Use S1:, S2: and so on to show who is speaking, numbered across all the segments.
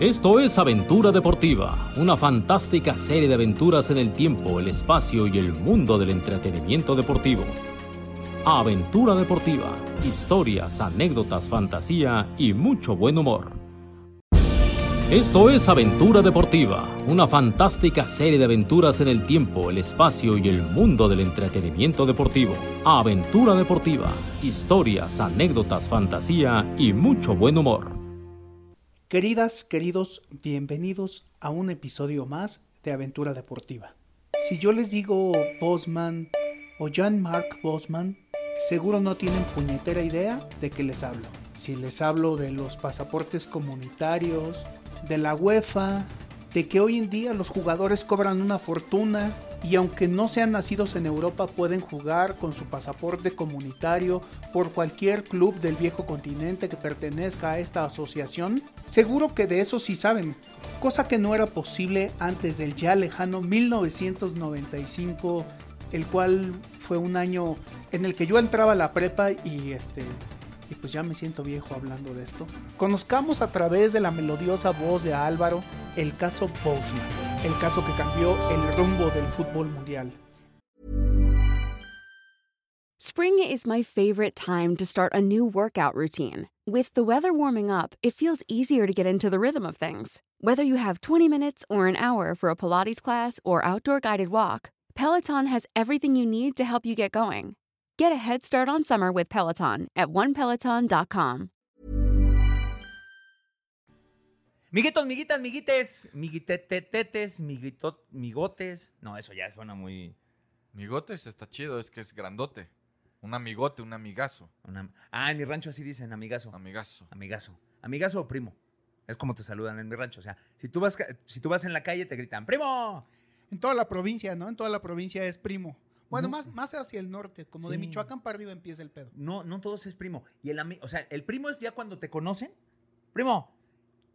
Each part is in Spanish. S1: Esto es Aventura Deportiva, una fantástica serie de aventuras en el tiempo, el espacio y el mundo del entretenimiento deportivo. Aventura Deportiva, historias, anécdotas, fantasía y mucho buen humor. Esto es Aventura Deportiva, una fantástica serie de aventuras en el tiempo, el espacio y el mundo del entretenimiento deportivo. Aventura Deportiva, historias, anécdotas, fantasía y mucho buen humor.
S2: Queridas, queridos, bienvenidos a un episodio más de Aventura Deportiva. Si yo les digo Bosman o Jean-Marc Bosman, seguro no tienen puñetera idea de qué les hablo. Si les hablo de los pasaportes comunitarios, de la UEFA, de que hoy en día los jugadores cobran una fortuna y aunque no sean nacidos en Europa pueden jugar con su pasaporte comunitario por cualquier club del viejo continente que pertenezca a esta asociación, seguro que de eso sí saben, cosa que no era posible antes del ya lejano 1995, el cual fue un año en el que yo entraba a la prepa y este y pues ya me siento viejo hablando de esto, conozcamos a través de la melodiosa voz de Álvaro el caso Bosman, el caso que cambió el rumbo del fútbol mundial.
S3: Spring is my favorite time to start a new workout routine. With the weather warming up, it feels easier to get into the rhythm of things. Whether you have 20 minutes or an hour for a Pilates class or outdoor guided walk, Peloton has everything you need to help you get going. Get a head start on summer with Peloton at onepeloton.com.
S4: Miguitos, miguitas, miguites, miguitetetetes, miguito- migotes. No, eso ya suena muy.
S5: Migotes está chido, es que es grandote. Un amigote, un amigazo.
S4: una- Ah, en mi rancho así dicen, amigazo.
S5: Amigazo.
S4: Amigazo. Amigazo o primo. Es como te saludan en mi rancho. O sea, si tú vas, ca- si tú vas en la calle, te gritan, ¡primo!
S2: En toda la provincia, ¿no? En toda la provincia es primo. Bueno, más, más hacia el norte, como de
S4: Sí.
S2: Michoacán para arriba empieza el pedo.
S4: No, no todos es primo. Y el ami- o sea, el primo es ya cuando te conocen, ¡primo!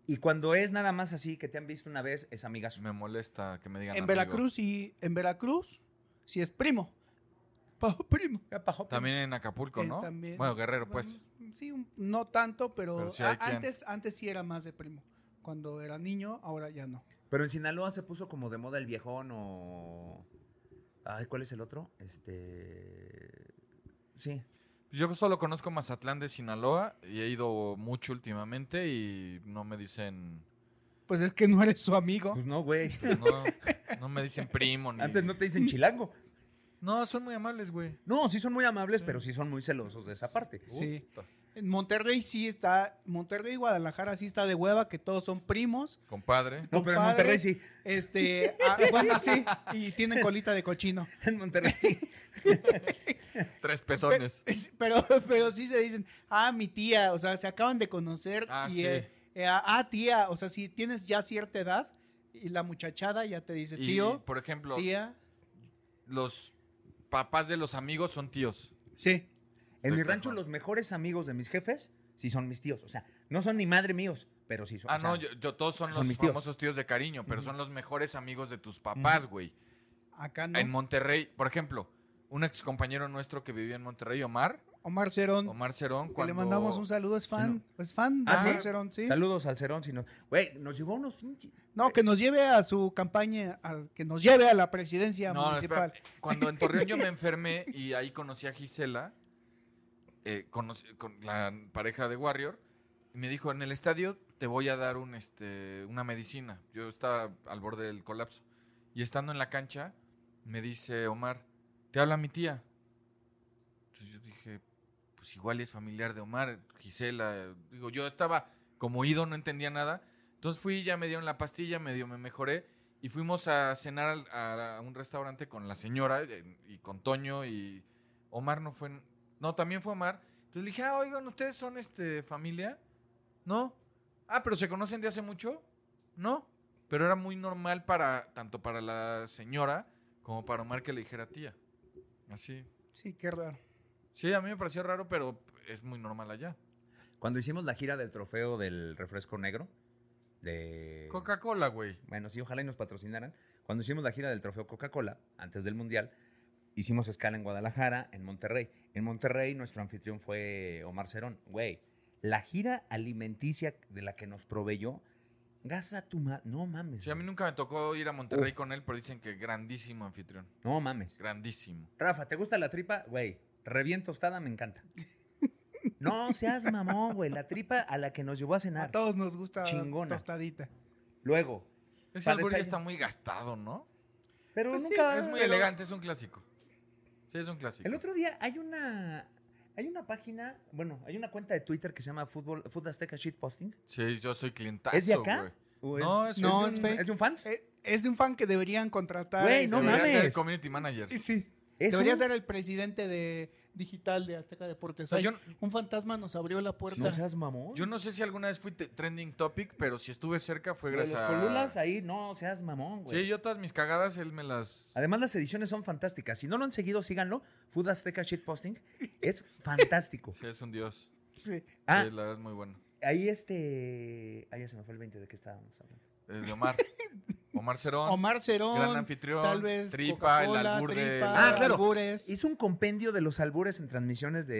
S4: Y cuando es nada más así que te han visto una vez, es amigazo.
S5: Me molesta que me digan
S2: En
S5: amigo.
S2: Veracruz y en Veracruz sí es primo. Pa- primo.
S4: Ya pajo, primo.
S5: También en Acapulco,
S2: Eh,
S5: ¿no?
S2: también-
S5: Bueno, Guerrero, pues.
S2: Bueno, sí, un- no tanto, pero,
S5: Pero sí
S2: a-
S5: hay quien.
S2: antes, antes sí era más de primo. Cuando era niño, ahora ya no.
S4: Pero en Sinaloa se puso como de moda el viejón o. Ay, ¿cuál es el otro? Este. Sí.
S5: Yo solo conozco Mazatlán de Sinaloa y he ido mucho últimamente y no me dicen.
S2: Pues es que no eres su amigo.
S4: Pues no, güey.
S5: No, no me dicen primo ni.
S4: Antes no te dicen chilango.
S5: No, son muy amables, güey.
S4: No, sí son muy amables, pero sí son muy celosos de esa parte.
S2: Sí.
S5: Puta.
S2: En Monterrey sí está, Monterrey y Guadalajara sí está de hueva, que todos son primos.
S5: Compadre.
S4: No, pero en
S2: compadres,
S4: Monterrey sí.
S2: Este, ah, bueno, sí, y tienen colita de cochino.
S4: En Monterrey sí.
S5: Tres pezones.
S2: Es- Pero, pero sí se dicen, ah, mi tía, o sea, se acaban de conocer.
S5: Ah,
S2: y,
S5: sí.
S2: eh, eh, ah, tía, o sea, si tienes ya cierta edad y la muchachada ya te dice,
S5: Y,
S2: tío,
S5: por ejemplo,
S2: tía.
S5: los papás de los amigos son tíos.
S2: Sí.
S4: En mi
S5: Estoy
S4: rancho,
S5: cabrón.
S4: los mejores amigos de mis jefes sí son mis tíos. O sea, no son ni madre míos, pero sí son.
S5: Ah,
S4: o sea,
S5: no, yo, yo- todos son,
S4: son
S5: los
S4: mis tíos.
S5: famosos tíos de cariño, pero son los mejores amigos de tus papás, güey.
S2: Acá no.
S5: En Monterrey, por ejemplo, un ex compañero nuestro que vivía en Monterrey, Omar,
S2: Omar Cerón.
S5: Omar Cerón,
S2: que
S5: cuando
S2: Le mandamos un saludo, es fan. Es fan de
S5: Ah,
S2: Omar
S5: ¿sí?
S2: Cerón, sí.
S4: Saludos al Cerón, si no. Güey, nos llevó unos pinches.
S2: No, que nos lleve a su campaña, a- que nos lleve a la presidencia
S5: No, espera,
S2: municipal.
S5: Cuando en Torreón yo me enfermé y ahí conocí a Gisela, eh, conocí- con la pareja de Warrior, y me dijo, en el estadio te voy a dar un, este, una medicina. Yo estaba al borde del colapso. Y estando en la cancha, me dice Omar, te habla mi tía. Entonces yo dije, pues igual es familiar de Omar, Gisela. Digo, yo estaba como ido, no entendía nada. Entonces fui, ya me dieron la pastilla, medio me mejoré. Y fuimos a cenar al- a, a un restaurante con la señora eh, y con Toño y Omar no fue. No, también fue Omar. Entonces le dije, ah, oigan, ¿ustedes son este familia? No. Ah, pero se conocen de hace mucho. No. Pero era muy normal para tanto para la señora como para Omar que le dijera tía. Así.
S2: Sí, qué raro.
S5: Sí, a mí me pareció raro, pero es muy normal allá.
S4: Cuando hicimos la gira del trofeo del refresco negro, de.
S5: Coca-Cola, güey.
S4: bueno, sí, ojalá y nos patrocinaran. Cuando hicimos la gira del trofeo Coca-Cola, antes del Mundial, hicimos escala en Guadalajara, en Monterrey. En Monterrey nuestro anfitrión fue Omar Cerón. Güey, la gira alimenticia de la que nos proveyó Gasa tu ma... No mames.
S5: Sí, a mí
S4: güey.
S5: nunca me tocó ir a Monterrey
S4: Uf.
S5: con él, pero dicen que grandísimo anfitrión.
S4: No mames.
S5: Grandísimo.
S4: Rafa, ¿te gusta la tripa? Güey, reviento tostada, me encanta. No seas mamón, güey. La tripa a la que nos llevó a
S2: A
S4: cenar.
S2: todos nos gusta
S4: Chingona.
S2: tostadita.
S4: Luego.
S5: Ese
S4: Para
S5: albur ya
S4: desay-
S5: está muy gastado, ¿no?
S4: Pero
S2: Pues sí,
S4: nunca.
S5: Es muy
S4: pero-
S5: elegante, es un clásico. Sí, es un clásico.
S4: El otro día hay una. Hay una página, bueno, hay una cuenta de Twitter que se llama Fútbol, Food Azteca Shit Posting.
S5: Sí, yo soy clientazo,
S4: ¿Es de acá?
S5: güey.
S4: ¿O
S5: No, es-
S2: no,
S4: de
S2: es
S4: un-
S2: fake.
S4: ¿Es de un fans?
S2: Eh, Es de un fan que deberían contratar.
S4: Güey,
S2: este,
S4: no
S5: Debería ser
S4: mames.
S5: community manager.
S2: Sí.
S4: Es
S2: Debería
S4: un-
S2: ser el presidente de digital de Azteca Deportes.
S5: O sea,
S2: Ay,
S5: yo-
S2: Un fantasma nos abrió la puerta.
S4: No seas mamón.
S5: Yo no sé si alguna vez fui te- trending topic, pero si estuve cerca fue
S4: Lo de los
S5: gracias a...
S4: colulas ahí, no seas mamón, güey.
S5: Sí, yo todas mis cagadas él me las...
S4: Además, las ediciones son fantásticas. Si no lo han seguido, síganlo. Food Azteca Shit Posting es fantástico.
S5: Sí, es un dios.
S2: Sí.
S4: Ah,
S5: Sí, la verdad es muy bueno.
S4: ahí este. Ahí ya se me fue el 20 de que estábamos hablando.
S5: Es de Omar. Omar Cerón.
S2: Omar Cerón.
S5: Gran anfitrión,
S2: Tal vez.
S5: tripa, el
S2: Coca-Cola,
S5: albur de-
S2: tripa,
S4: Ah, claro.
S2: albures.
S4: Hizo un compendio de los albures en transmisiones de.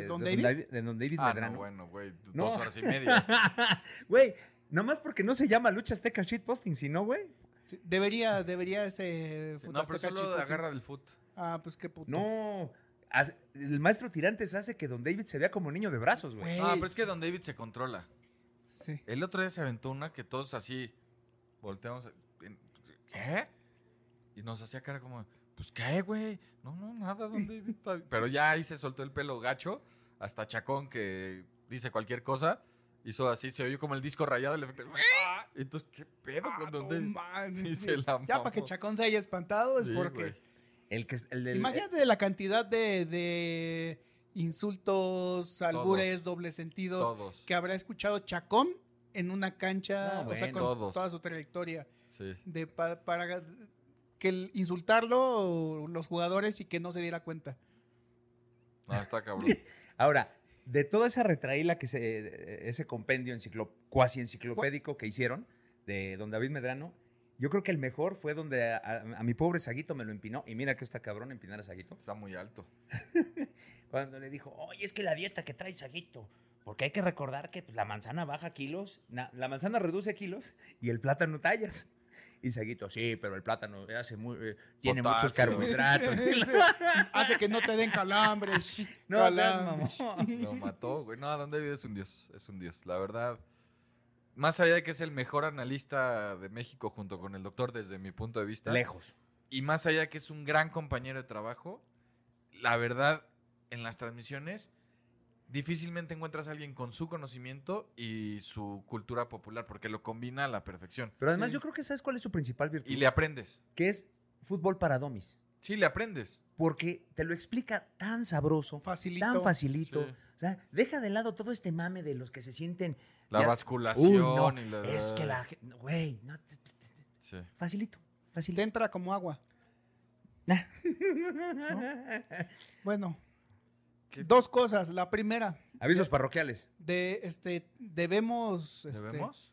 S2: ¿De Don
S4: de
S2: David?
S4: de Don David
S5: Ah,
S4: Medrano.
S5: no, bueno, güey. d-
S4: No.
S5: Dos horas y media.
S4: Güey, nomás porque no se llama Lucha Azteca Shit Posting, si no, güey.
S2: Sí, Debería, debería ese.
S5: no, pero
S2: Futasteca
S5: solo
S2: Chipotle.
S5: agarra del foot.
S2: Ah, pues qué puto.
S4: No. Haz- El maestro Tirantes hace que Don David se vea como niño de brazos, güey.
S2: Güey.
S5: Ah, pero es que Don David se controla.
S2: Sí.
S5: El otro día se aventó una que todos así volteamos. en- ¿Qué? Y nos hacía cara como, pues qué, güey. No, no, nada, Don David. está bien". Pero ya ahí se soltó el pelo gacho. Hasta Chacón, que dice cualquier cosa, hizo así, se oyó como el disco rayado. El efecto. ¡Ah! Y Entonces, ¿qué pedo
S2: Ah,
S5: con Don
S2: no
S5: David?
S2: mames,
S5: Sí,
S2: güey.
S5: se la
S2: Ya para que
S5: mamó.
S2: Chacón se haya espantado es
S5: Sí,
S2: porque.
S5: güey.
S4: El que, el del-
S2: Imagínate la cantidad de, de insultos, albures, dobles sentidos
S5: Todos.
S2: que habrá escuchado Chacón en una cancha,
S4: No,
S2: o sea,
S4: bueno.
S2: con
S5: Todos.
S2: toda su trayectoria
S5: Sí.
S2: de pa- para que el- insultarlo los jugadores y que no se diera cuenta.
S5: No, está cabrón.
S4: eh, Ahora, de toda esa retraíla que se, ese compendio enciclo, cuasi enciclopédico que hicieron de don David Medrano, yo creo que el mejor fue donde a, a- a mi pobre Saguito me lo empinó. Y mira que está cabrón empinar a Saguito.
S5: Está muy alto.
S4: Cuando le dijo, oye, es que la dieta que trae Saguito, porque hay que recordar que pues, la manzana baja kilos, na- la manzana reduce kilos y el plátano tallas. Y Saguito, sí, pero el plátano hace muy, eh, tiene muchos
S5: Potasio.
S4: carbohidratos.
S2: Hace que no te den calambres.
S4: no, seas
S2: calambres.
S4: mamón.
S5: Lo mató, güey. No, Don David es un dios, es un dios. La verdad, más allá de que es el mejor analista de México junto con el doctor desde mi punto de vista,
S4: Lejos.
S5: y más allá de que es un gran compañero de trabajo, la verdad, en las transmisiones, difícilmente encuentras a alguien con su conocimiento y su cultura popular, porque lo combina a la perfección.
S4: Pero además
S2: Sí.
S4: yo creo que sabes cuál es su principal virtud.
S5: Y le aprendes.
S4: que es fútbol para domis.
S5: Sí, le aprendes.
S4: Porque te lo explica tan sabroso,
S2: Facilito.
S4: tan facilito.
S5: Sí.
S4: O sea, deja de lado todo este mame de los que se sienten.
S5: La
S4: ya-
S5: basculación
S4: Uy, no,
S5: y la...
S4: Es que la. gen- Güey, no, t- t- t-
S5: Sí.
S4: facilito.
S2: Te
S4: Facilito.
S2: entra como agua. Bueno,
S5: ¿Qué?
S2: dos cosas. La primera,
S4: Avisos parroquiales.
S2: de este debemos, este,
S5: ¿Debemos?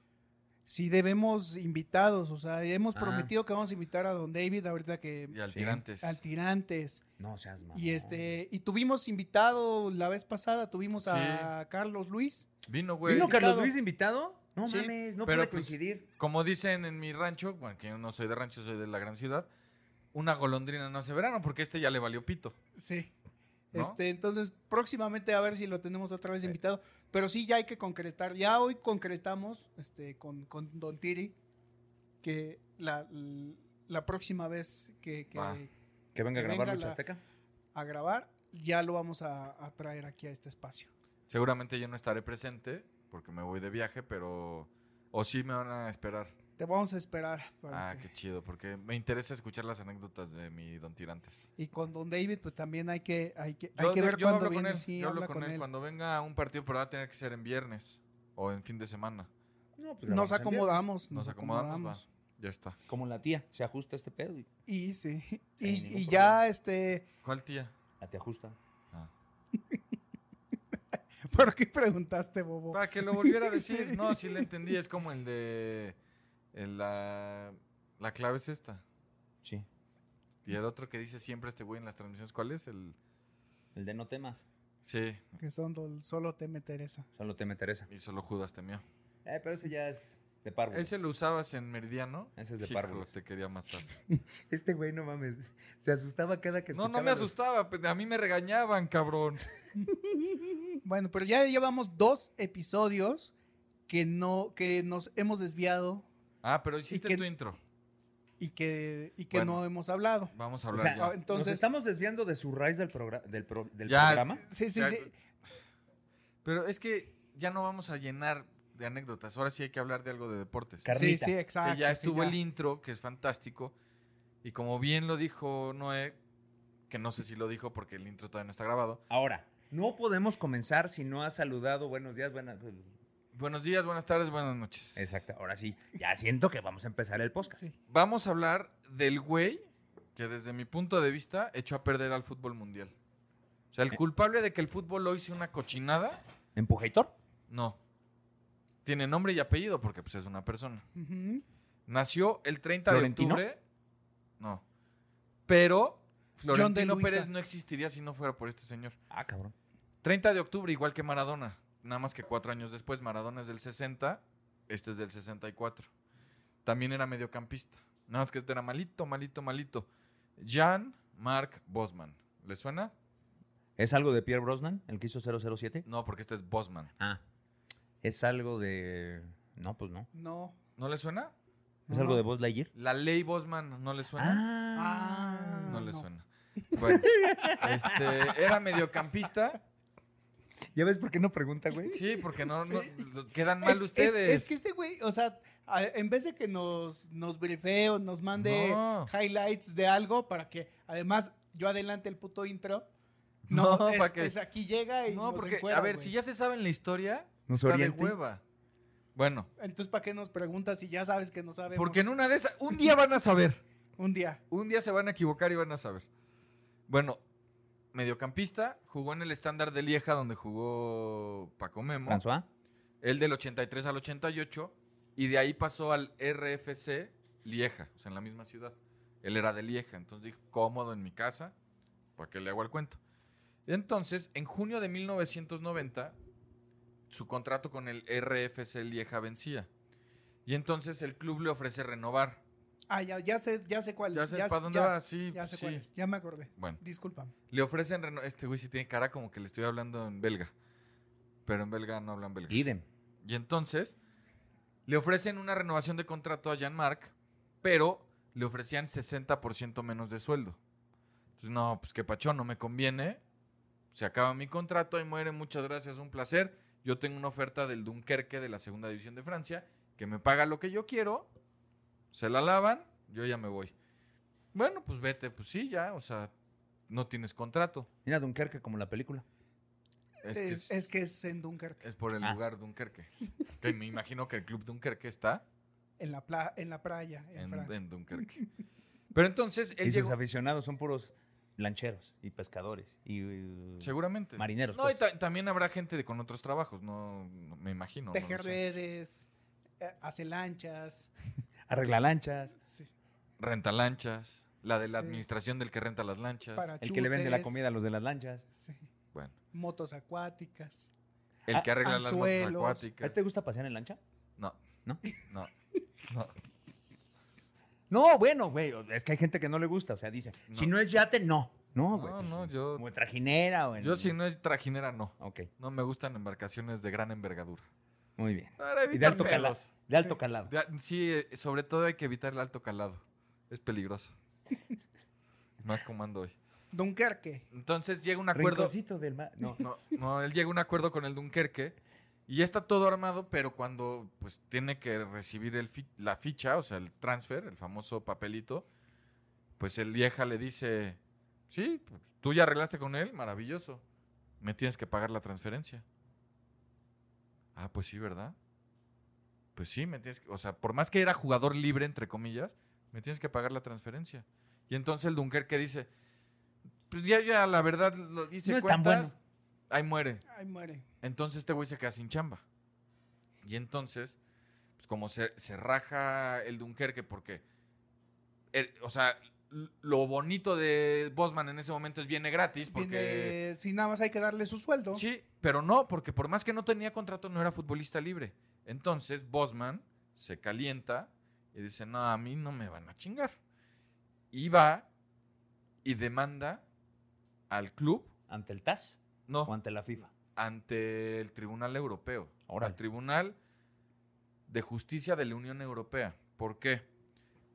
S2: Sí, debemos invitados, o sea, hemos
S4: Ah.
S2: prometido que vamos a invitar a Don David ahorita que
S5: Y al
S4: Sí.
S5: tirantes.
S2: al Tirantes
S4: No seas mamón.
S2: y este y tuvimos invitado la vez pasada, tuvimos a Carlos Luis.
S5: Vino, güey.
S4: ¿Vino Carlos
S2: Invitado.
S4: Luis de invitado? No
S5: Sí,
S4: mames, no
S5: pero
S4: puede
S5: pues-
S4: coincidir.
S5: Como dicen en mi rancho, bueno, que yo no soy de rancho, soy de la gran ciudad, una golondrina no hace verano porque este ya le valió pito.
S2: Sí.
S5: ¿No? Eh.
S2: Este, entonces próximamente a ver si lo tenemos otra vez invitado, pero sí ya hay que concretar. Ya hoy concretamos este con, con Don Tiri que la, la próxima vez que, que
S5: Va.
S4: Que venga a
S2: que
S4: grabar
S2: venga
S4: Lucha
S2: la-
S4: Azteca.
S2: a grabar ya lo vamos a, a traer aquí a este espacio.
S5: Seguramente yo no estaré presente porque me voy de viaje, pero... O sí me van a esperar.
S2: Te vamos a esperar. para
S5: Ah,
S2: que-
S5: qué chido, porque me interesa escuchar las anécdotas de mi don Tirantes.
S2: Y con Don David, pues también hay que, hay que, hay
S5: Yo-
S2: que
S5: yo-
S2: ver
S5: yo
S2: cuándo
S5: hablo con
S2: viene.
S5: él,
S2: sí,
S5: yo hablo
S2: habla
S5: con él. Cuando venga a un partido, pero va a tener que ser en viernes o en fin de semana.
S4: No, pues la
S2: Nos
S4: vamos a enviar.
S2: acomodamos,
S5: Nos, acomodamos. va. Ya está.
S4: Como la tía, se ajusta este pedo y
S2: Y sí. Y,
S4: Sin ningún
S2: y
S4: problema.
S2: ya este.
S5: ¿Cuál tía?
S4: la te ajusta.
S5: Ah.
S2: ¿Por qué preguntaste, Bobo?
S5: Para que lo volviera a
S2: Sí.
S5: decir. No, sí le entendí. Es como el de... el la, la clave es esta.
S4: Sí.
S5: Y el otro que dice siempre este güey en las transmisiones, ¿cuál es? El.
S4: El de no temas,
S5: Sí,
S2: Que son dol- solo te meteresa.
S4: solo teme Teresa.
S5: y solo Judas temió.
S4: Eh, pero ese ya es
S6: De párvulos.
S5: Ese lo usabas en Meridiano.
S6: Ese es de
S5: Hijo,
S6: párvulos.
S5: Te quería matar.
S6: Este güey, no mames. Se asustaba cada que
S5: No,
S6: escuchaba.
S5: no me
S6: los-
S5: asustaba. pe- A mí me regañaban, cabrón.
S2: Bueno, pero ya llevamos dos episodios que no, que nos hemos desviado
S5: Ah, pero hiciste
S2: que-
S5: tu intro.
S2: y que, y que
S5: Bueno.
S2: no hemos hablado.
S5: Vamos a
S6: O
S5: hablar
S6: sea, oh,
S5: ya.
S2: Entonces-
S6: Nos estamos desviando de su raíz del, progra- del, pro- del
S5: Ah, Ya.
S6: programa.
S2: Sí, sí,
S5: Ya-
S2: sí.
S5: Pero es que ya no vamos a llenar de anécdotas. Ahora sí hay que hablar de algo de deportes.
S6: Car-
S2: Sí,
S6: Carnita,
S2: sí,
S6: que
S2: exacto.
S5: que ya
S2: sí,
S5: estuvo
S2: ya.
S5: el intro, que es fantástico. Y como bien lo dijo Noé, que no sé si lo dijo porque el intro todavía no está grabado.
S6: Ahora, no podemos comenzar si no has saludado. Buenos días, buenas.
S5: Buenos días, buenas tardes, buenas noches.
S6: Exacto. Ahora sí, ya siento que vamos a empezar el podcast.
S5: Vamos a hablar del güey que desde mi punto de vista echó a perder al fútbol mundial. O sea,
S2: Eh.
S5: el culpable de que el fútbol hoy sea una cochinada,
S6: ¿Empujator?
S5: no. Tiene nombre y apellido porque pues, es una persona.
S2: Ujú.
S5: Nació el 30
S6: ¿Florentino?
S5: de octubre. No. Pero
S2: de
S5: Florentino
S2: Luisa.
S5: Pérez no existiría si no fuera por este señor.
S6: Ah, cabrón.
S5: 30 de octubre, igual que Maradona. Nada más que cuatro años después, Maradona es del 60, este es del 64. También era mediocampista. Nada más que este era malito, malito, malito. Jan Mark Bosman. ¿Le suena?
S6: ¿Es algo de Pierre Brosnan, el que hizo 007?
S5: No, porque este es Bosman.
S6: Ah. ¿Es algo de. No, pues no.
S2: No.
S5: ¿No le suena?
S6: ¿Es
S2: No,
S6: algo
S2: no.
S6: de Buzz Lightyear?
S5: La ley Bosman no le suena.
S6: Ah.
S2: Ah.
S5: no le
S2: no.
S5: suena. Bueno, este, era mediocampista.
S6: ¿Ya ves por qué no pregunta, güey?
S5: Sí, porque no, no-
S2: Sí.
S5: lo- quedan mal
S2: Es- es-
S5: ustedes.
S2: Es, que este güey, o sea, a- en vez de que nos, nos brifee o nos mande
S5: No.
S2: highlights de algo para que además yo adelante el puto intro.
S5: No,
S2: No,
S5: ¿para
S2: es,
S5: qué?
S2: es aquí llega y
S5: no,
S2: nos
S5: porque,
S2: encuera,
S5: a ver,
S2: güey.
S5: si ya se saben la historia,
S6: Nos
S5: está de
S6: oriente.
S5: hueva. Bueno,
S2: Entonces, ¿para qué nos preguntas si ya sabes que no sabemos?
S5: porque en una de esas, un día van a saber.
S2: Un día.
S5: Un día se van a equivocar y van a saber. Bueno, mediocampista, jugó en el estándar de Lieja, donde jugó Paco Memo.
S6: ¿François?
S5: Él del 83 al 88. Y de ahí pasó al RFC Lieja, o sea, en la misma ciudad. Él era de Lieja, entonces dijo, cómodo en mi casa, ¿para qué le hago el cuento? Entonces, en junio de 1990, su contrato con el RFC Lieja vencía. Y entonces el club le ofrece renovar.
S2: Ah, ya, ya sé, ya sé cuál.
S5: Ya sé para dónde
S2: ya-
S5: va, sí.
S2: ya sé
S5: sí.
S2: cuál es, ya me acordé.
S5: Bueno,
S2: Disculpa.
S5: le ofrecen reno- Este güey sí tiene cara como que le estoy hablando en belga. Pero en belga no hablan belga.
S6: Idem.
S5: Y entonces le ofrecen una renovación de contrato a Jean-Marc, pero le ofrecían 60% menos de sueldo. Entonces, no, pues que pachón, no me conviene. Se acaba mi contrato, ahí muere, muchas gracias, un placer. Yo tengo una oferta del Dunkerque de la Segunda División de Francia que me paga lo que yo quiero, se la lavan, yo ya me voy. Bueno, pues vete, pues sí, ya, o sea, no tienes contrato.
S6: Mira Dunkerque como la película.
S5: Es
S2: Es,
S5: que es-
S2: que es en Dunkerque,
S5: es por el
S6: Ah.
S5: lugar Dunkerque. Que me imagino que el club Dunkerque está
S2: en la, pla- en la playa, en,
S5: en,
S2: Francia.
S5: en Dunkerque. Pero entonces él
S6: y
S5: llegó.
S6: sus aficionados son puros lancheros y pescadores y eh,
S5: Seguramente.
S6: marineros.
S5: No,
S6: pues.
S5: y ta- también habrá gente de- con otros trabajos, no, no- me imagino. no lo
S2: Tejer
S5: sé.
S2: redes, eh, hace lanchas.
S6: Arregla lanchas.
S2: sí,
S5: Renta lanchas, la de la
S2: Sí.
S5: administración del que renta las lanchas.
S2: para
S6: El que le vende la
S2: chutes,
S6: comida a los de las lanchas.
S2: sí,
S5: Bueno,
S2: motos acuáticas.
S5: el que
S6: Ah,
S5: arregla las motos
S2: anzuelos.
S6: ¿A
S5: acuáticas.
S6: ti te gusta pasear en lancha?
S5: No,
S6: ¿No?
S5: no, no.
S6: No, bueno, güey. Es que hay gente que no le gusta. O sea, dice,
S5: No.
S6: si no es yate, no. No,
S5: No,
S6: güey.
S5: no, yo-
S6: Como trajinera o en-
S5: Yo si no es trajinera, no.
S6: Ok,
S5: No me gustan embarcaciones de gran envergadura.
S6: muy bien.
S5: Para
S6: Y de
S5: evitar
S6: alto calado.
S5: pedos.
S6: De alto calado.
S5: De a- sí, eh, sobre todo hay que evitar el alto calado. Es peligroso. Más comando hoy.
S2: Dunkerque.
S5: Entonces llega un acuerdo.
S6: Rinconcito del mar. No,
S5: No, no, él llega a un acuerdo con el Dunkerque y ya está todo armado, pero cuando pues tiene que recibir el fi- la ficha, o sea, el transfer, el famoso papelito, pues el vieja le dice, sí, pues, tú ya arreglaste con él, maravilloso, me tienes que pagar la transferencia. Ah, pues sí, ¿verdad? Pues sí, me tienes que, o sea, por más que era jugador libre, entre comillas, me tienes que pagar la transferencia. Y entonces el Dunkerque dice, pues ya, ya, la verdad, lo hice
S6: No es tan
S5: cuentas,
S6: bueno.
S5: ahí muere.
S2: Ay, Ah, muere.
S5: Entonces este güey se queda sin chamba. Y entonces, pues como se, se raja el Dunkerque porque, el- o sea, l- lo bonito de Bosman en ese momento es viene gratis porque...
S2: Viene- si nada más hay que darle su sueldo.
S5: Sí, pero no, porque por más que no tenía contrato no era futbolista libre. Entonces Bosman se calienta y dice, no, a mí no me van a chingar. Y va y demanda al club,
S6: ¿Ante el TAS o
S5: no,
S6: ante la FIFA?
S5: ante el Tribunal Europeo,
S6: Órale.
S5: al Tribunal de Justicia de la Unión Europea. ¿Por qué?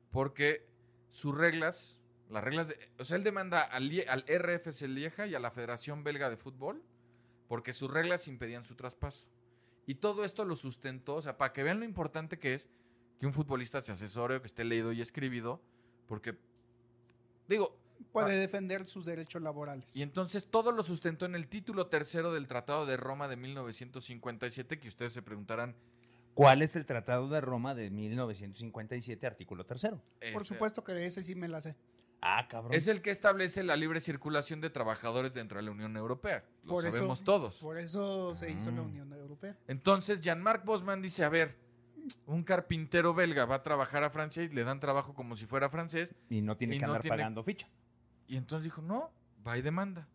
S5: Porque sus reglas, las reglas, de- o sea, él demanda al, Lie- al RFC Lieja y a la Federación Belga de Fútbol porque sus reglas impedían su traspaso. Y todo esto lo sustentó, o sea, para que vean lo importante que es que un futbolista se asesore o que esté leído y escribido, porque, digo,
S2: Puede defender sus derechos laborales.
S5: Ah. y entonces todo lo sustentó en el título tercero del Tratado de Roma de 1957, que ustedes se preguntarán.
S6: ¿Cuál es el Tratado de Roma de 1957, artículo tercero?
S2: Por
S5: ese-
S2: supuesto que ese sí me la sé.
S6: Ah, cabrón.
S5: Es el que establece la libre circulación de trabajadores dentro de la Unión Europea. Lo
S2: Por eso-
S5: sabemos todos.
S2: Por eso se hizo la
S6: Mm.
S2: Unión Europea.
S5: Entonces, Jean-Marc Bosman dice: A ver, un carpintero belga va a trabajar a Francia y le dan trabajo como si fuera francés.
S6: y no tiene
S5: y
S6: que
S5: no
S6: andar
S5: tiene-
S6: pagando ficha.
S5: Y entonces dijo: No, va y demanda.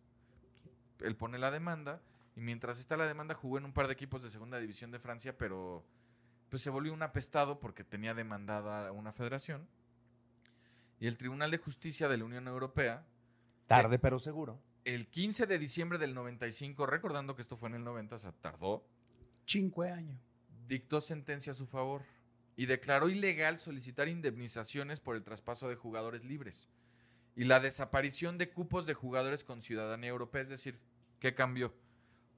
S5: Él pone la demanda. Y mientras está la demanda, jugó en un par de equipos de segunda división de Francia, pero pues se volvió un apestado porque tenía demandada a una federación. Y el Tribunal de Justicia de la Unión Europea,
S6: Tarde, pero seguro.
S5: el 15 de diciembre del 95, recordando que esto fue en el 90, o sea, tardó,
S2: Cinco años.
S5: dictó sentencia a su favor y declaró ilegal solicitar indemnizaciones por el traspaso de jugadores libres y la desaparición de cupos de jugadores con ciudadanía europea, es decir, ¿qué cambió?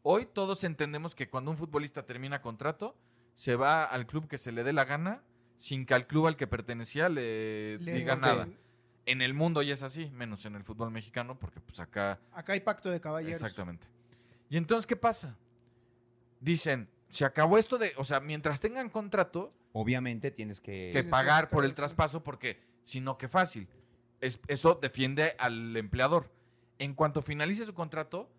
S5: Hoy todos entendemos que cuando un futbolista termina contrato, se va al club que se le dé la gana, sin que al club al que pertenecía le, diga nada. En el mundo ya es así, menos en el fútbol mexicano, porque pues acá
S2: Acá hay pacto de caballeros.
S5: Exactamente. Y entonces, ¿qué pasa? Dicen, se acabó esto de, o sea, mientras tengan contrato,
S6: Obviamente tienes que...
S5: que
S2: que
S5: pagar por el
S2: traer-
S5: traspaso porque, si no, qué fácil. Es- eso defiende al empleador. En cuanto finalice su contrato,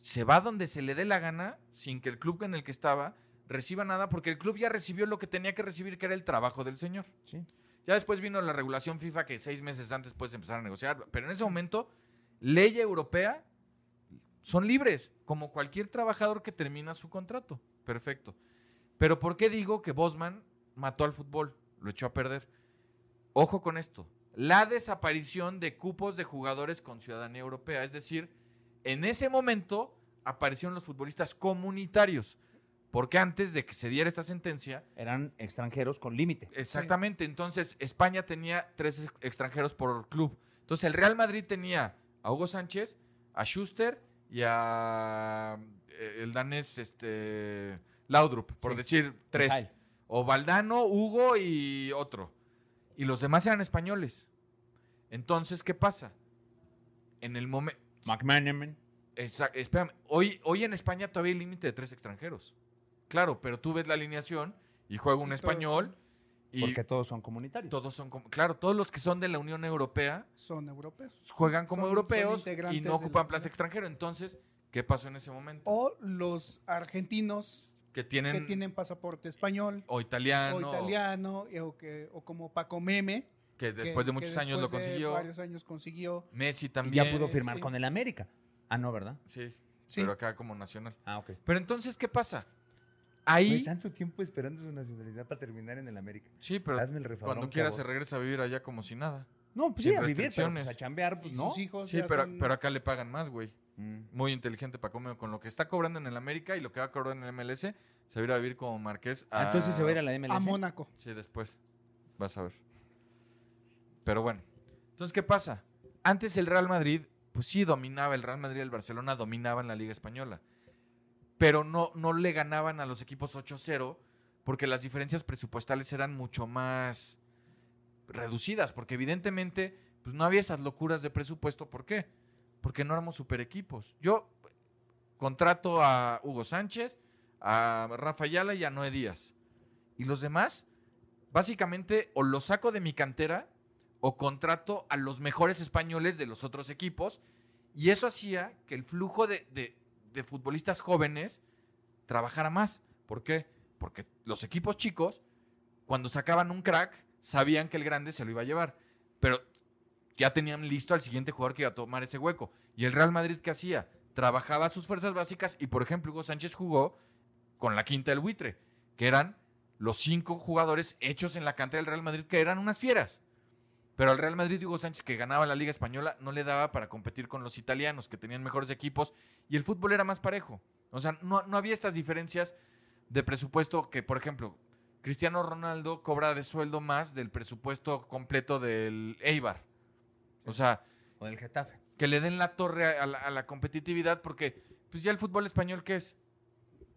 S5: se va donde se le dé la gana sin que el club en el que estaba reciba nada porque el club ya recibió lo que tenía que recibir, que era el trabajo del señor.
S6: Sí.
S5: Ya después vino la regulación FIFA que seis meses antes puedes empezar a negociar, pero en ese momento, ley europea, son libres, como cualquier trabajador que termina su contrato. Perfecto. Pero ¿por qué digo que Bosman mató al fútbol? Lo echó a perder. Ojo con esto. La desaparición de cupos de jugadores con ciudadanía europea. Es decir, en ese momento aparecieron los futbolistas comunitarios. Porque antes de que se diera esta sentencia,
S6: Eran extranjeros con límite.
S5: Exactamente, entonces España tenía tres ex- extranjeros por club. Entonces el Real Madrid tenía a Hugo Sánchez, a Schuster y a eh, el danés este Laudrup, por
S6: Sí.
S5: decir tres.
S6: Mijail.
S5: O Valdano, Hugo y otro. Y los demás eran españoles. Entonces, ¿qué pasa? En el momento...
S6: McManaman.
S5: Exacto, espérame. Hoy, hoy en España todavía hay límite de tres extranjeros. Claro, pero tú ves la alineación y juega
S2: Y
S5: un
S2: todos
S5: español y
S6: Porque todos son comunitarios.
S5: todos son como. Claro, todos los que son de la Unión Europea
S2: Son europeos.
S5: juegan como
S2: Son- son
S5: europeos y
S2: integrantes
S5: no
S2: de
S5: ocupan
S2: la
S5: plaza
S2: Unión.
S5: extranjero. Entonces, ¿qué pasó en ese momento?
S2: O los argentinos
S5: que tienen,
S2: que tienen pasaporte español
S5: o italiano,
S2: o italiano y- o, que, o como Paco Meme.
S5: que
S2: que-
S5: después de
S2: que
S5: muchos años lo
S2: después de
S5: consiguió.
S2: varios años consiguió.
S5: Messi
S6: Y
S5: también.
S6: ya pudo firmar
S2: sí.
S6: con el América. Ah, no, ¿verdad?
S5: Sí,
S2: Sí.
S5: pero acá como nacional.
S6: Ah, ok.
S5: Pero entonces, ¿qué pasa? Ahí.
S4: Güey, tanto tiempo esperando su nacionalidad para terminar en el América.
S5: Sí, pero
S4: Hazme el refabrón,
S5: cuando quiera se
S4: cabrón.
S5: regresa a vivir allá como si nada.
S6: No, pues
S5: Sin
S6: sí, a vivir, pero
S5: restricciones.
S6: pues, a chambear,
S2: Y
S6: pues, ¿no?
S2: sus hijos
S5: Sí,
S2: ya
S5: pero,
S2: son-
S5: pero acá le pagan más, güey.
S4: Mm.
S5: Muy inteligente Paco con lo que está cobrando en el América y lo que va a cobrar en el MLS, se va a ir a vivir como Marqués.
S6: Ah, entonces se va a ir a la
S2: a
S6: MLS.
S2: Mónaco.
S5: Sí, después. Vas a ver. Pero bueno. Entonces, ¿qué pasa? Antes el Real Madrid, pues sí, dominaba. El Real Madrid y el Barcelona dominaban la Liga Española. Pero no, no le ganaban a los equipos 8-0 porque las diferencias presupuestales eran mucho más reducidas. Porque evidentemente, pues no había esas locuras de presupuesto. ¿Por qué? Porque no éramos super equipos. Yo contrato a Hugo Sánchez, a Rafa Ayala y a Noé Díaz. Y los demás, básicamente, o los saco de mi cantera o contrato a los mejores españoles de los otros equipos. Y eso hacía que el flujo de, de- de futbolistas jóvenes trabajara más. ¿Por qué? Porque los equipos chicos, cuando sacaban un crack, sabían que el grande se lo iba a llevar. Pero ya tenían listo al siguiente jugador que iba a tomar ese hueco. ¿Y el Real Madrid qué hacía? Trabajaba sus fuerzas básicas y, por ejemplo, Hugo Sánchez jugó con la quinta del buitre, que eran los cinco jugadores hechos en la cantera del Real Madrid, que eran unas fieras. Pero al Real Madrid, Hugo Sánchez, que ganaba la Liga Española, no le daba para competir con los italianos, que tenían mejores equipos, y el fútbol era más parejo. O sea, no, no había estas diferencias de presupuesto que, por ejemplo, Cristiano Ronaldo cobra de sueldo más del presupuesto completo del Eibar. O sea,
S4: O del Getafe.
S5: que le den la torre a a la, a la competitividad porque pues ya el fútbol español qué es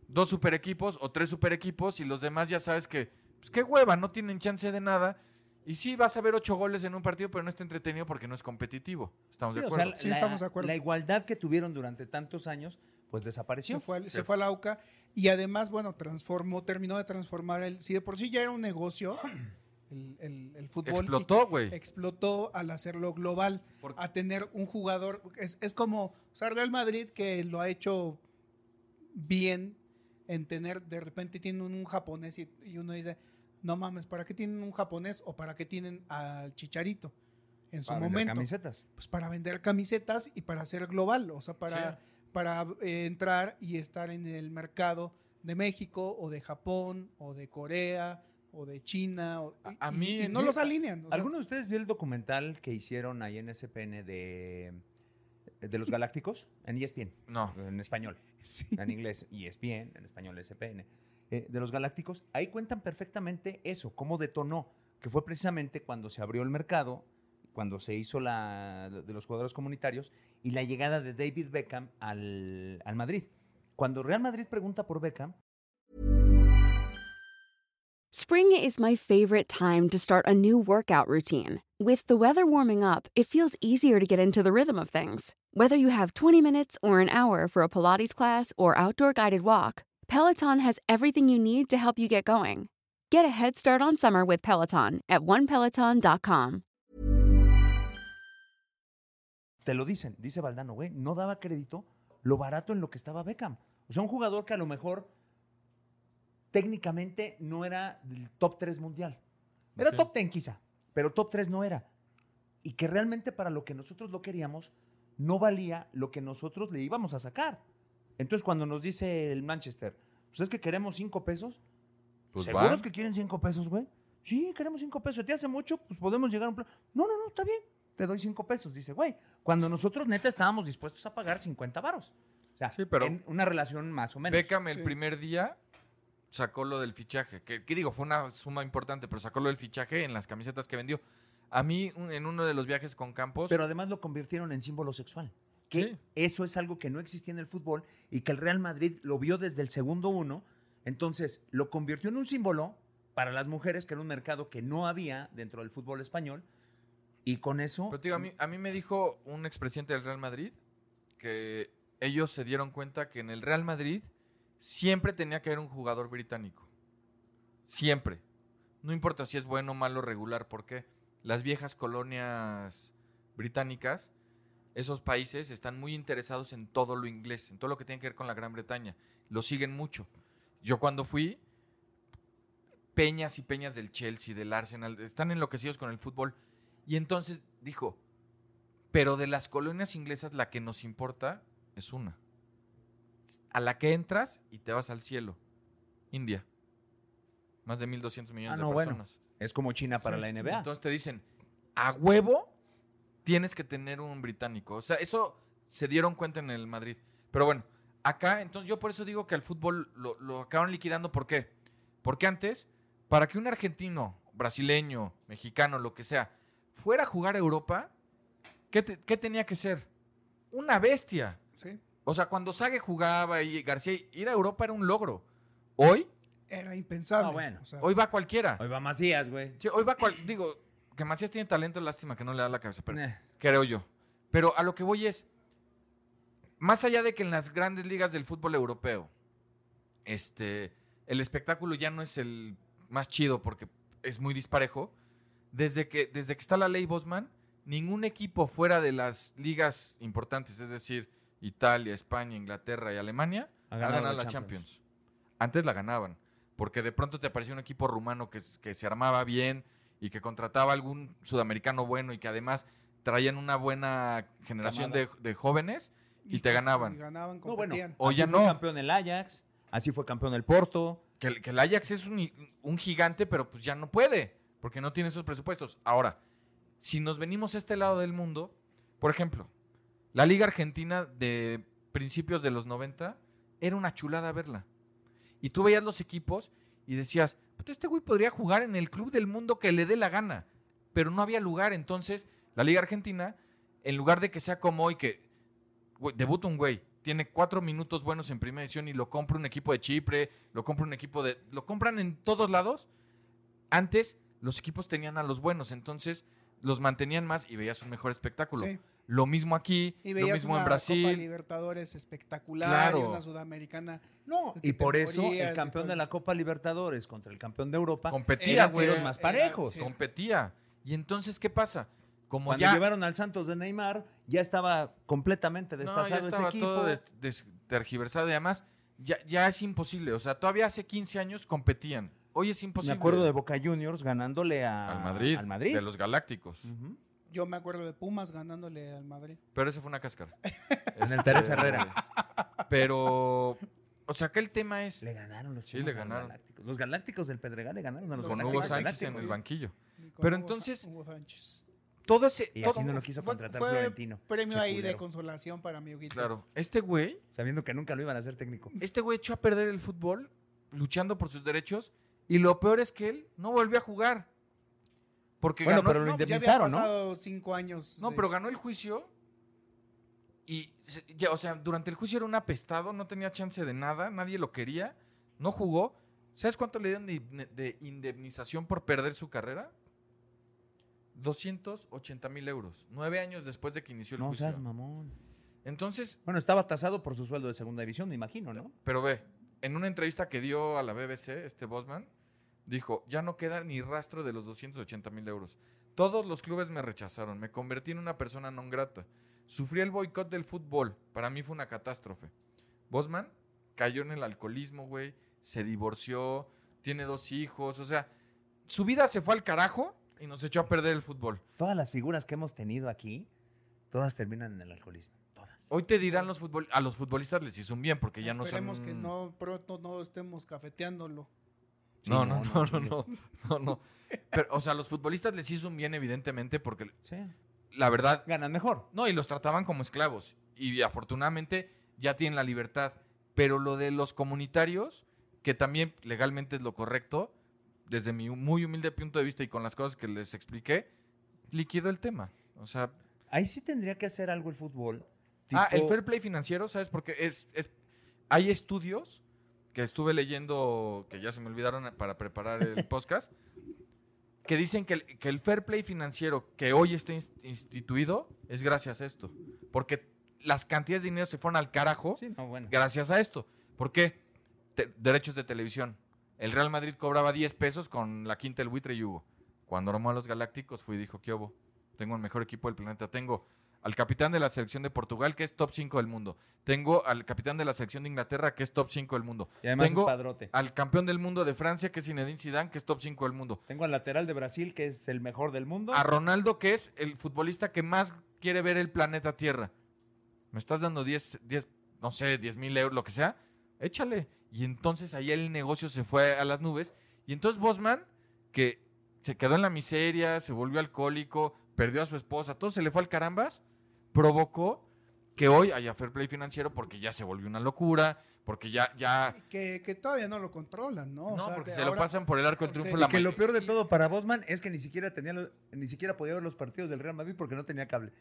S5: dos super equipos o tres super equipos y los demás ya sabes que pues qué hueva no tienen chance de nada y sí vas a ver ocho goles en un partido pero no está entretenido porque no es competitivo estamos de
S4: Sí, o
S5: acuerdo
S4: sea,
S2: Sí, estamos de acuerdo.
S4: La igualdad que tuvieron durante tantos años, pues desapareció.
S2: Se fue, al- se fue a la UCA y además, bueno, transformó, terminó de transformar el. Si de por sí ya era un negocio, el, el- el fútbol. y
S5: explotó güey
S2: explotó al hacerlo global,
S5: Por-
S2: a tener un jugador. Es, es como, o sea, Real Madrid que lo ha hecho bien en tener, de repente tienen un japonés y, y uno dice, no mames, ¿para qué tienen un japonés o para qué tienen al chicharito? En su
S4: Para vender
S2: momento,
S4: camisetas.
S2: pues para vender camisetas y para ser global, o sea, para, para eh, entrar y estar en el mercado de México o de Japón o de Corea o de China. o-
S4: A-
S2: y-
S5: a
S2: y-
S5: mí,
S2: y no
S5: yo-
S2: los alinean. o sea,
S4: ¿Alguno de ustedes vio el documental que hicieron ahí en SPN de, de los Galácticos? En E ESPN,
S5: no
S4: en español.
S2: Sí.
S4: en inglés E ESPN, en español SPN, eh, de los Galácticos, ahí cuentan perfectamente eso, cómo detonó, que fue precisamente cuando se abrió el mercado, cuando se hizo la de los jugadores comunitarios y la llegada de David Beckham al, al Madrid. Cuando Real Madrid pregunta por Beckham,
S3: Spring is my favorite time to start a new workout routine. With the weather warming up, it feels easier to get into the rhythm of things. Whether you have 20 minutes or an hour for a Pilates class or outdoor guided walk, Peloton has everything you need to help you get going. Get a head start on summer with Peloton at onepeloton.com.
S4: te lo dicen, dice Valdano, güey, no daba crédito lo barato en lo que estaba Beckham. O sea, un jugador que a lo mejor técnicamente no era del top 3 mundial. Era
S5: Ok.
S4: top 10 quizá, pero top 3 no era. Y que realmente para lo que nosotros lo queríamos, no valía lo que nosotros le íbamos a sacar. Entonces cuando nos dice el Manchester, pues es que queremos 5 pesos,
S5: pues
S4: ¿Seguros
S5: va.
S4: que quieren 5 pesos, güey? Sí, queremos 5 pesos. ¿Se ¿Te hace mucho? Pues podemos llegar a un plan. No, no, no, está bien. Te doy 5 pesos, dice, güey. Cuando nosotros, neta, estábamos dispuestos a pagar 50 varos. O sea,
S5: Sí, pero-
S4: en una relación más o menos.
S5: Beckham el
S2: Sí.
S5: primer día sacó lo del fichaje, que, que digo, fue una suma importante, pero sacó lo del fichaje en las camisetas que vendió. A mí, un- en uno de los viajes con Campos,
S4: Pero además lo convirtieron en símbolo sexual. Que
S5: Sí.
S4: eso es algo que no existía en el fútbol y que el Real Madrid lo vio desde el segundo uno. Entonces lo convirtió en un símbolo para las mujeres, que era un mercado que no había dentro del fútbol español. Y con eso.
S5: Pero te digo, a mí, a mí me dijo un expresidente del Real Madrid que ellos se dieron cuenta que en el Real Madrid siempre tenía que haber un jugador británico. Siempre. No importa si es bueno, malo, regular, porque las viejas colonias británicas, esos países están muy interesados en todo lo inglés, en todo lo que tiene que ver con la Gran Bretaña. Lo siguen mucho. Yo cuando fui, peñas y peñas del Chelsea, del Arsenal, están enloquecidos con el fútbol. Y entonces dijo, pero de las colonias inglesas la que nos importa es una. A la que entras y te vas al cielo. India. Más de 1.200 millones
S4: Ah, no,
S5: de
S4: bueno.
S5: personas.
S4: Es como China para
S2: Sí.
S4: la NBA.
S5: Entonces te dicen, a huevo tienes que tener un británico. O sea, eso se dieron cuenta en el Madrid. Pero bueno, acá, entonces yo por eso digo que al fútbol lo, lo acabaron liquidando. ¿Por qué? Porque antes, para que un argentino, brasileño, mexicano, lo que sea, fuera a jugar a Europa, ¿qué, te- qué tenía que ser? Una bestia.
S2: Sí.
S5: O sea, cuando Sague jugaba y García, ir a Europa era un logro. Hoy,
S2: Era impensable.
S4: Ah, bueno.
S2: o sea,
S5: hoy va cualquiera.
S4: Hoy va Macías, güey.
S5: Sí, hoy va cual- digo, que Macías tiene talento, lástima que no le da la cabeza, pero
S4: Eh.
S5: creo yo. Pero a lo que voy es, más allá de que en las grandes ligas del fútbol europeo, este, el espectáculo ya no es el más chido porque es muy disparejo, desde que, desde que está la ley Bosman, ningún equipo fuera de las ligas importantes, es decir, Italia, España, Inglaterra y Alemania,
S4: Ha
S5: ha
S4: ganado
S5: ganado,
S4: la
S5: la Champions. Antes la ganaban, porque de pronto te aparecía un equipo rumano que, s- que se armaba bien y que contrataba algún sudamericano bueno y que además traían una buena generación de, de jóvenes y te ganaban.
S2: Y ganaban,
S4: No, bueno,
S2: competían.
S5: O
S4: así
S5: ya
S4: fue
S5: no.
S4: campeón el Ajax, así fue campeón el Porto,
S5: Que, el- que el Ajax es un, un gigante, pero pues ya no puede, porque no tiene esos presupuestos. Ahora, si nos venimos a este lado del mundo, por ejemplo, la Liga Argentina de principios de los 90 era una chulada verla. Y tú veías los equipos y decías, "Puta, este güey podría jugar en el club del mundo que le dé la gana, pero no había lugar. Entonces, la Liga Argentina, en lugar de que sea como hoy, que güey, debuta un güey, tiene cuatro minutos buenos en primera edición y lo compra un equipo de Chipre, lo compra un equipo de... Lo compran en todos lados. Antes los equipos tenían a los buenos, entonces los mantenían más y veías un mejor espectáculo.
S7: Sí.
S5: Lo mismo aquí,
S7: Y
S5: lo
S7: veías
S5: mismo
S7: una
S5: en
S7: Copa
S5: Brasil.
S7: Libertadores espectacular y
S5: Claro.
S7: una sudamericana.
S4: No,
S7: de
S4: y por eso
S7: categorías
S4: el
S7: y
S4: campeón
S7: todo.
S4: de la Copa Libertadores contra el campeón de Europa
S5: Competía,
S4: eran
S5: güey.
S4: tiros más
S7: Era-
S4: parejos.
S7: sí.
S5: Competía. Y entonces, ¿qué pasa? Como
S4: Cuando
S5: ya...
S4: llevaron al Santos de Neymar, ya estaba completamente
S5: No,
S4: destazado
S5: ya
S4: ese
S5: estaba
S4: equipo.
S5: todo des- des- tergiversado y además ya, ya es imposible. O sea, todavía hace 15 años competían. Hoy es
S4: Me
S5: imposible.
S4: acuerdo de Boca Juniors ganándole a,
S5: al Madrid,
S4: al Madrid.
S5: de los Galácticos.
S4: Ujú.
S7: Yo me acuerdo de Pumas ganándole al Madrid.
S5: Pero esa fue una cáscara.
S4: En
S5: Este,
S4: el Pérez Herrera.
S5: Pero, o sea, que el tema es
S4: Le ganaron los
S5: Sí, le
S4: Pumas a los
S5: ganaron.
S4: Galácticos. Los Galácticos del Pedregal le ganaron a los
S5: con Hugo
S4: Galácticos
S5: Sánchez en
S4: Galácticos.
S5: el banquillo. Pero
S7: Y con Hugo Sa-
S5: entonces-
S7: Hugo Sánchez.
S5: Todo ese,
S4: Y
S5: todo-
S4: así no lo quiso contratar
S7: fue
S4: Florentino.
S7: Premio
S4: Qué
S7: ahí de
S4: culero.
S7: consolación para mi Huguito.
S5: claro, este güey,
S4: Sabiendo que nunca lo iban a hacer técnico.
S5: este güey echó a perder el fútbol luchando por sus derechos y lo peor es que él no volvió a jugar. Porque
S4: Bueno,
S5: ganó-
S4: pero lo
S2: pues
S7: No, pues,
S4: indemnizaron,
S7: ya
S4: ¿no?
S7: habían pasado cinco años.
S5: No,
S7: de-
S5: pero ganó el juicio y, se- ya, o sea, durante el juicio era un apestado, no tenía chance de nada, nadie lo quería, no jugó. ¿Sabes cuánto le dieron de, indemne- de indemnización por perder su carrera? 280 mil euros, nueve años después de que inició el
S4: No
S5: juicio.
S4: seas mamón.
S5: Entonces,
S4: Pues, Bueno, estaba tasado por su sueldo de segunda división, me imagino, ¿no?
S5: pero ve, en una entrevista que dio a la BBC, este Bosman, dijo, ya no queda ni rastro de los 280 mil euros. Todos los clubes me rechazaron, me convertí en una persona non grata. Sufrí el boicot del fútbol, para mí fue una catástrofe. Bosman cayó en el alcoholismo, güey, se divorció, tiene dos hijos, o sea, su vida se fue al carajo y nos echó a perder el fútbol.
S4: Todas las figuras que hemos tenido aquí, todas terminan en el alcoholismo. Todas.
S5: Hoy te dirán los futbol a los futbolistas les hizo un bien porque ya no son...
S7: Esperemos que no pronto no estemos cafeteándolo.
S4: Sí,
S5: No, no, no, no,
S4: Julián.
S5: no, no, no. Pero, o sea, a los futbolistas les hizo un bien, evidentemente, porque
S4: Sí.
S5: la verdad,
S4: Ganan mejor.
S5: no, y los trataban como esclavos. Y afortunadamente ya tienen la libertad. Pero lo de los comunitarios, que también legalmente es lo correcto, desde mi muy humilde punto de vista y con las cosas que les expliqué, liquidó el tema. O sea,
S4: Ahí sí tendría que hacer algo el fútbol.
S5: Ah, el
S4: tipo-
S5: fair play financiero, ¿sabes? Porque es, es- hay estudios que estuve leyendo, que ya se me olvidaron para preparar el podcast, que dicen que el, que el fair play financiero que hoy está ins- instituido es gracias a esto. Porque las cantidades de dinero se fueron al carajo
S4: Sí, no, bueno.
S5: gracias a esto. ¿Por qué? Te- derechos de televisión. El Real Madrid cobraba 10 pesos con la quinta del buitre y Hugo. Cuando armó a los Galácticos fui y dijo, ¿qué hubo? Tengo el mejor equipo del planeta. Tengo al capitán de la selección de Portugal, que es top 5 del mundo. Tengo al capitán de la selección de Inglaterra, que es top 5 del mundo.
S4: Y además
S5: tengo
S4: es padrote.
S5: al campeón del mundo de Francia, que es Zinedine Zidane, que es top 5 del mundo.
S4: Tengo al lateral de Brasil, que es el mejor del mundo.
S5: A Ronaldo, que es el futbolista que más quiere ver el planeta Tierra. Me estás dando 10, 10 no sé, 10 mil euros, lo que sea. Échale. Y entonces ahí el negocio se fue a las nubes. Y entonces Bosman, que se quedó en la miseria, se volvió alcohólico, perdió a su esposa, todo se le fue al carambas, provocó que hoy haya fair play financiero porque ya se volvió una locura, porque ya, ya,
S7: Que, que todavía no lo controlan, ¿no? O
S5: no,
S7: sea,
S5: porque
S7: de
S5: se lo
S7: ahora-
S5: pasan por el arco del
S7: o sea,
S5: triunfo.
S7: y
S5: la
S4: que
S5: ma-
S4: lo peor de todo para Bosman es que ni siquiera tenía lo- ni siquiera podía ver los partidos del Real Madrid porque no tenía cable.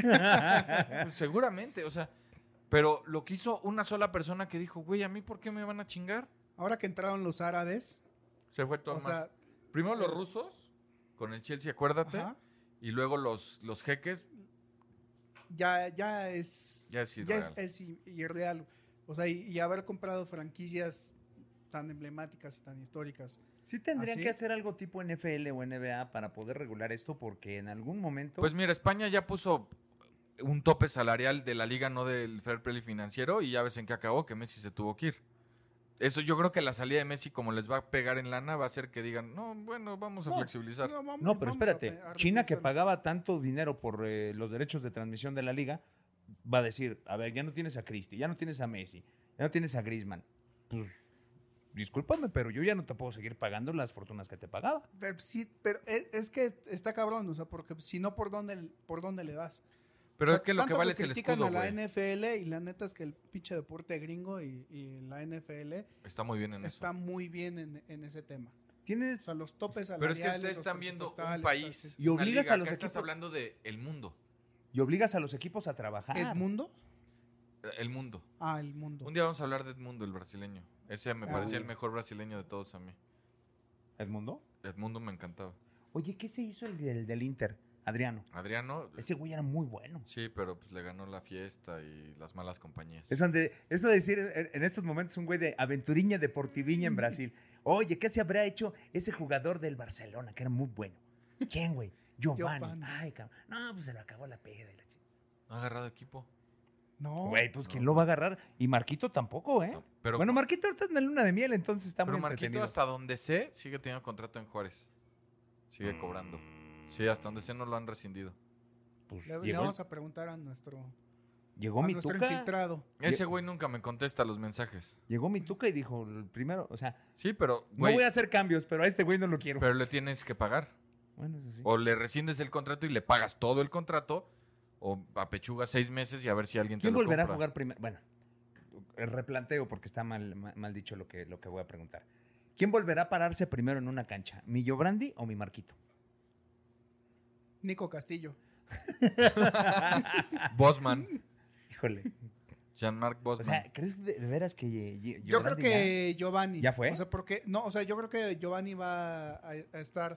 S5: Pues Seguramente, o sea, pero lo que hizo una sola persona que dijo, güey, ¿a mí por qué me van a chingar?
S7: Ahora que entraron los árabes,
S5: Se fue todo
S7: o
S5: más.
S7: sea,
S5: Primero los rusos, con el Chelsea, acuérdate,
S7: ajá,
S5: y luego los, los jeques,
S7: ya, ya es
S5: ya es
S7: ya es,
S5: irreal.
S7: es i- irreal. O sea, y, y haber comprado franquicias tan emblemáticas y tan históricas.
S4: Sí tendrían
S7: ¿Ah, sí?
S4: que hacer algo tipo NFL o NBA para poder regular esto porque en algún momento
S5: Pues mira, España ya puso un tope salarial de la liga, no del fair play financiero, y ya ves en qué acabó, que Messi se tuvo que ir. Eso yo creo que la salida de Messi, como les va a pegar en lana, va a hacer que digan, no, bueno, vamos a
S4: No,
S5: flexibilizar.
S7: vamos-
S4: No, pero
S7: vamos a
S4: espérate,
S7: pe- a
S4: China que
S7: repensar.
S4: pagaba tanto dinero por eh, los derechos de transmisión de la liga va a decir, a ver, ya no tienes a Cristi, ya no tienes a Messi, ya no tienes a Griezmann. Pues
S6: discúlpame, pero yo ya no te puedo seguir pagando las fortunas que te pagaba.
S2: Pero sí, pero es, es que está cabrón, o sea, porque si no, ¿por dónde, por dónde le das? O
S5: Pero
S2: sea,
S5: es que lo que
S2: tanto
S5: vale es el
S2: critican
S5: escudo,
S2: a la
S5: güey.
S2: NFL y la neta es que el pinche deporte gringo y, y la NFL
S5: Está muy bien en
S2: está
S5: eso.
S2: muy bien en, en ese tema. O
S4: Tienes.
S2: sea, los topes
S5: Pero es
S2: salariales.
S5: que ustedes
S2: los
S5: están viendo un
S2: presupuestales,
S5: país.
S2: tal,
S5: Y
S6: Y
S5: obligas
S6: obligas a los
S5: Acá estás
S6: equipos-
S5: hablando del mundo.
S6: Y obligas a los equipos a trabajar.
S2: sí. ¿Edmundo?
S5: eh, El mundo.
S2: Ah, el mundo.
S5: Un día vamos a hablar de Edmundo, el brasileño. Ese me
S2: Ah.
S5: parecía el mejor brasileño de todos a mí.
S6: ¿Edmundo?
S5: Edmundo me encantaba.
S4: Oye, ¿qué se hizo el del, del Inter? Adriano.
S5: Adriano,
S4: Ese güey era muy bueno.
S5: sí, pero pues le ganó la fiesta y las malas compañías.
S4: Eso de, eso de decir en en estos momentos un güey de aventuriña deportiviña en Brasil. Oye, ¿qué se habrá hecho ese jugador del Barcelona que era muy bueno? ¿Quién, güey? Giovanni.
S2: Giovanni.
S4: Ay, cabrón. No, pues se lo acabó la peda. y la chi-
S5: No ha agarrado equipo.
S2: No.
S4: Güey, pues ¿quién lo va a agarrar? Y Marquito tampoco, ¿eh?
S5: No, Pero, pues
S4: bueno, Marquito ahorita está en la luna de miel, entonces está
S5: pero
S4: muy
S5: Marquito,
S4: entretenido.
S5: hasta donde sé, sigue teniendo contrato en Juárez. Sigue cobrando. Sí, hasta donde sé no lo han rescindido.
S4: Pues,
S2: Le, le
S4: llegó
S2: vamos a preguntar a nuestro,
S4: llegó
S2: a
S4: mi
S2: nuestro
S4: tuca.
S2: infiltrado.
S5: Ese güey nunca me contesta los mensajes.
S4: Llegó mi tuca y dijo, el primero, o sea,
S5: Sí, pero,
S4: no
S5: güey,
S4: voy a hacer cambios, pero a este güey no lo quiero.
S5: pero le tienes que pagar.
S4: bueno, eso sí.
S5: O le rescindes el contrato y le pagas todo el contrato, o apechugas seis meses y a ver si alguien te
S4: ¿Quién
S5: lo
S4: volverá a
S5: compra.
S4: jugar primero? Bueno, replanteo porque está mal, ma- mal dicho lo que, lo que voy a preguntar. ¿Quién volverá a pararse primero en una cancha? ¿Mi Brandi o mi Marquito?
S2: Nico Castillo.
S5: Bosman,
S4: Híjole.
S5: Jean-Marc
S4: O
S5: Bosman.
S4: sea, ¿crees de, de veras que Ye- Ye-
S2: Yo creo
S4: Giovanni
S2: que Giovanni.
S4: ¿Ya fue?
S2: O sea, porque, no, o sea, yo creo que Giovanni va a, a estar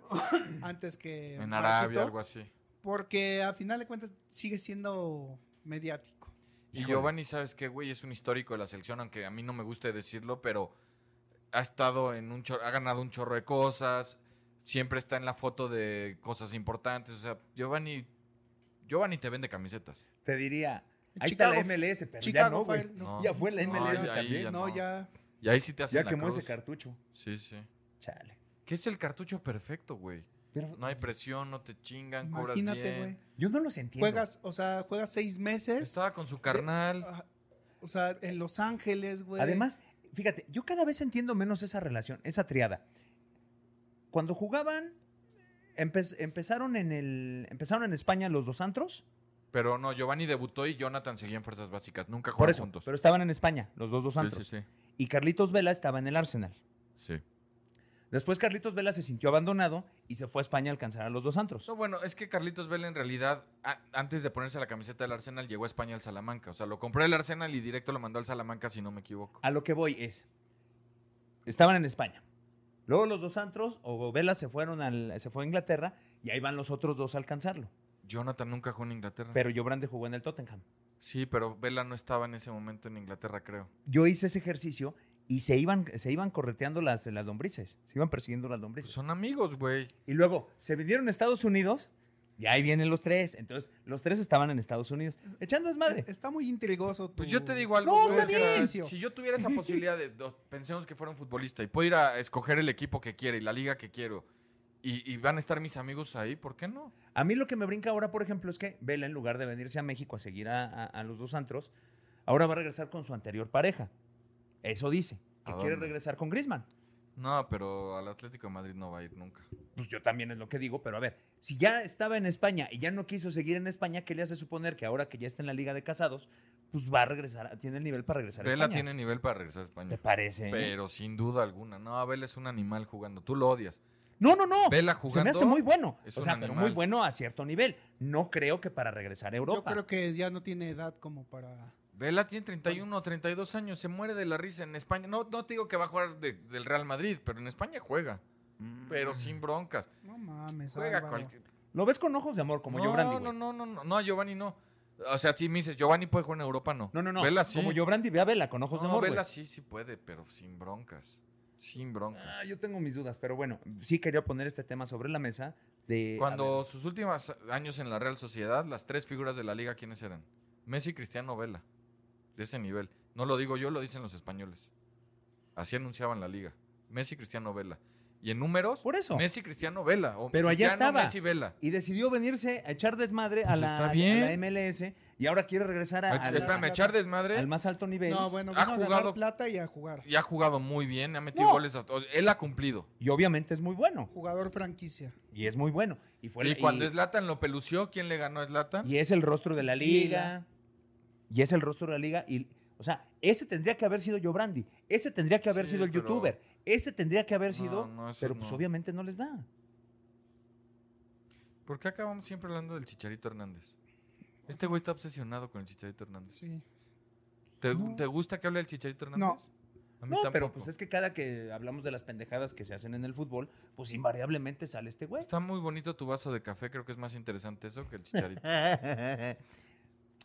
S2: antes que.
S5: en
S2: Marquito,
S5: Arabia, algo así.
S2: Porque a final de cuentas sigue siendo mediático.
S5: Y
S4: Híjole.
S5: Giovanni, ¿sabes qué, güey? Es un histórico de la selección, aunque a mí no me guste decirlo, pero ha estado en un chorro, ha ganado un chorro de cosas, siempre está en la foto de cosas importantes. O sea, Giovanni, Giovanni te vende camisetas.
S4: ya- Te diría, ahí
S2: Chicago-
S4: está la MLS, pero ya
S2: Chicago
S4: no,
S2: fue
S4: güey.
S2: el- no,
S5: No.
S4: Ya fue la
S5: No,
S4: MLS
S5: ahí- ahí
S4: también.
S5: ya
S2: no,
S5: no.
S2: ya.
S5: Y ahí sí te hacen
S4: Ya
S5: la
S4: quemó ese
S5: cruz.
S4: cartucho.
S5: Sí, sí.
S4: Chale.
S5: ¿Qué es el cartucho perfecto, güey?
S4: Pero
S5: No hay presión, no te chingan, cobras
S2: Imagínate,
S5: bien.
S2: güey.
S4: yo no los entiendo.
S2: Juegas, o sea, juegas seis meses.
S5: Estaba con su
S4: Eh, ah.
S5: carnal.
S2: ajá, O sea, en Los Ángeles, güey.
S4: Además, fíjate, yo cada vez entiendo menos esa relación, esa triada. Cuando jugaban, empe- empezaron en el. Empezaron en España los dos antros.
S5: Pero no, Giovanni debutó y Jonathan seguía en Fuerzas Básicas. Nunca
S4: Por
S5: jugaron
S4: eso,
S5: juntos.
S4: pero estaban en España, los dos dos
S5: sí,
S4: antros.
S5: sí, sí,
S4: Y Carlitos Vela estaba en el Arsenal.
S5: sí.
S4: Después Carlitos Vela se sintió abandonado y se fue a España a alcanzar a los dos antros.
S5: No, bueno, es que Carlitos Vela en realidad, a- antes de ponerse la camiseta del Arsenal, llegó a España al Salamanca. O sea, lo compró el Arsenal y directo lo mandó al Salamanca, si no me equivoco.
S4: A lo que voy es. Estaban en España. Luego los dos antros o Vela se fueron al, se fue a Inglaterra y ahí van los otros dos a alcanzarlo.
S5: Jonathan nunca jugó en Inglaterra.
S4: Pero Llobrande jugó en el Tottenham.
S5: sí, pero Vela no estaba en ese momento en Inglaterra, creo.
S4: yo hice ese ejercicio y se iban, se iban correteando las, las lombrices, se iban persiguiendo las
S5: Pues
S4: lombrices.
S5: son amigos, güey.
S4: Y luego se vinieron a Estados Unidos y ahí vienen los tres. Entonces, los tres estaban en Estados Unidos echando desmadre.
S2: Está muy intrigoso. Tu...
S5: Pues yo te digo algo.
S4: Mm. No,
S5: güey,
S4: está
S5: o sea,
S4: bien.
S5: Si yo tuviera esa posibilidad de, do- pensemos que fuera un futbolista y puedo ir a escoger el equipo que quiere y la liga que quiero y, y van a estar mis amigos ahí, ¿por qué no?
S4: A mí lo que me brinca ahora, por ejemplo, es que Vela, en lugar de venirse a México a seguir a, a- a los dos antros, ahora va a regresar con su anterior pareja. Eso dice, que
S5: ¿A
S4: quiere
S5: dónde?
S4: regresar con Griezmann.
S5: No, pero al Atlético de Madrid no va a ir nunca.
S4: Pues yo también es lo que digo, pero a ver, si ya estaba en España y ya no quiso seguir en España, ¿qué le hace suponer que ahora que ya está en la Liga de Casados, pues va a regresar, tiene el nivel para regresar a
S5: Vela
S4: España?
S5: tiene nivel para regresar a España.
S4: ¿Te parece?
S5: Pero sin duda alguna. No, Vela es un animal jugando. Tú lo odias.
S4: No, no, no.
S5: Vela
S4: Se me
S5: jugando.
S4: hace muy bueno.
S5: es
S4: O
S5: un
S4: sea, pero
S5: animal.
S4: muy bueno a cierto nivel. No creo que para regresar
S2: Yo
S4: a Europa.
S2: creo que ya no tiene edad como para.
S5: Vela tiene 31 o 32 años. Se muere de la risa en España. No, no te digo que va a jugar de- del Real Madrid, pero en España juega.
S4: Mm.
S5: Pero sin broncas.
S2: No mames,
S5: Juega
S2: Álvaro.
S5: cualquier.
S4: Lo ves con ojos de amor, como
S5: no,
S4: yo, Brandi.
S5: no, no, no, no, no, a Giovanni no. O sea, si me dices, Giovanni puede jugar en Europa, no.
S4: no, no, no.
S5: Vela sí.
S4: Como yo, Brandi, ve a Vela con
S5: no,
S4: ojos de amor.
S5: Vela
S4: güey.
S5: sí, sí puede, pero sin broncas. Sin
S4: Ah,
S5: broncas.
S4: yo tengo mis dudas, pero bueno, sí quería poner este tema sobre la mesa. De, a
S5: Cuando
S4: ver,
S5: sus últimos años en la Real Sociedad, las tres figuras de la liga, ¿quiénes eran? Messi, Cristiano, Vela. De ese nivel. No lo digo yo, lo dicen los españoles. Así anunciaban la liga. Messi, Cristiano, Vela. Y en números,
S4: Por eso.
S5: Messi, Cristiano, Vela. o
S4: Pero allá
S5: Cristiano,
S4: estaba.
S5: Messi, Vela.
S4: Y decidió venirse a echar desmadre a,
S5: Pues
S4: la,
S5: está
S4: a la
S5: bien. Ah,
S4: MLS Y ahora quiere regresar a, Ah, al-
S5: Espérame, echar desmadre.
S4: al más alto nivel.
S2: No, bueno,
S5: Ha
S2: vino a ganar
S5: jugado-
S2: plata y a jugar.
S5: Y ha jugado muy bien, ha metido
S4: No.
S5: goles. a- o sea, él ha cumplido.
S4: Y obviamente es muy bueno.
S2: Jugador franquicia.
S4: Y es muy bueno. Y, fue
S5: Y
S4: la-
S5: cuando Zlatan lo pelució, ¿quién le ganó a Zlatan?
S4: y es el rostro de la liga. Y es el rostro de la liga. Y, o sea, ese tendría que haber sido yo, Brandy. Ese tendría que haber
S5: Sí,
S4: sido el
S5: pero-
S4: youtuber. Ese tendría que haber
S5: No,
S4: sido.
S5: no, esos
S4: pero pues
S5: no.
S4: obviamente no les da.
S5: ¿Por qué acabamos siempre hablando del Chicharito Hernández? Este güey está obsesionado con el Chicharito Hernández.
S2: Sí.
S5: ¿Te, te gusta que hable del Chicharito Hernández? A mí
S4: No, pero
S5: tampoco.
S4: pues es que cada que hablamos de las pendejadas que se hacen en el fútbol, pues invariablemente sale este güey.
S5: Está muy bonito tu vaso de café, creo que es más interesante eso que el Chicharito.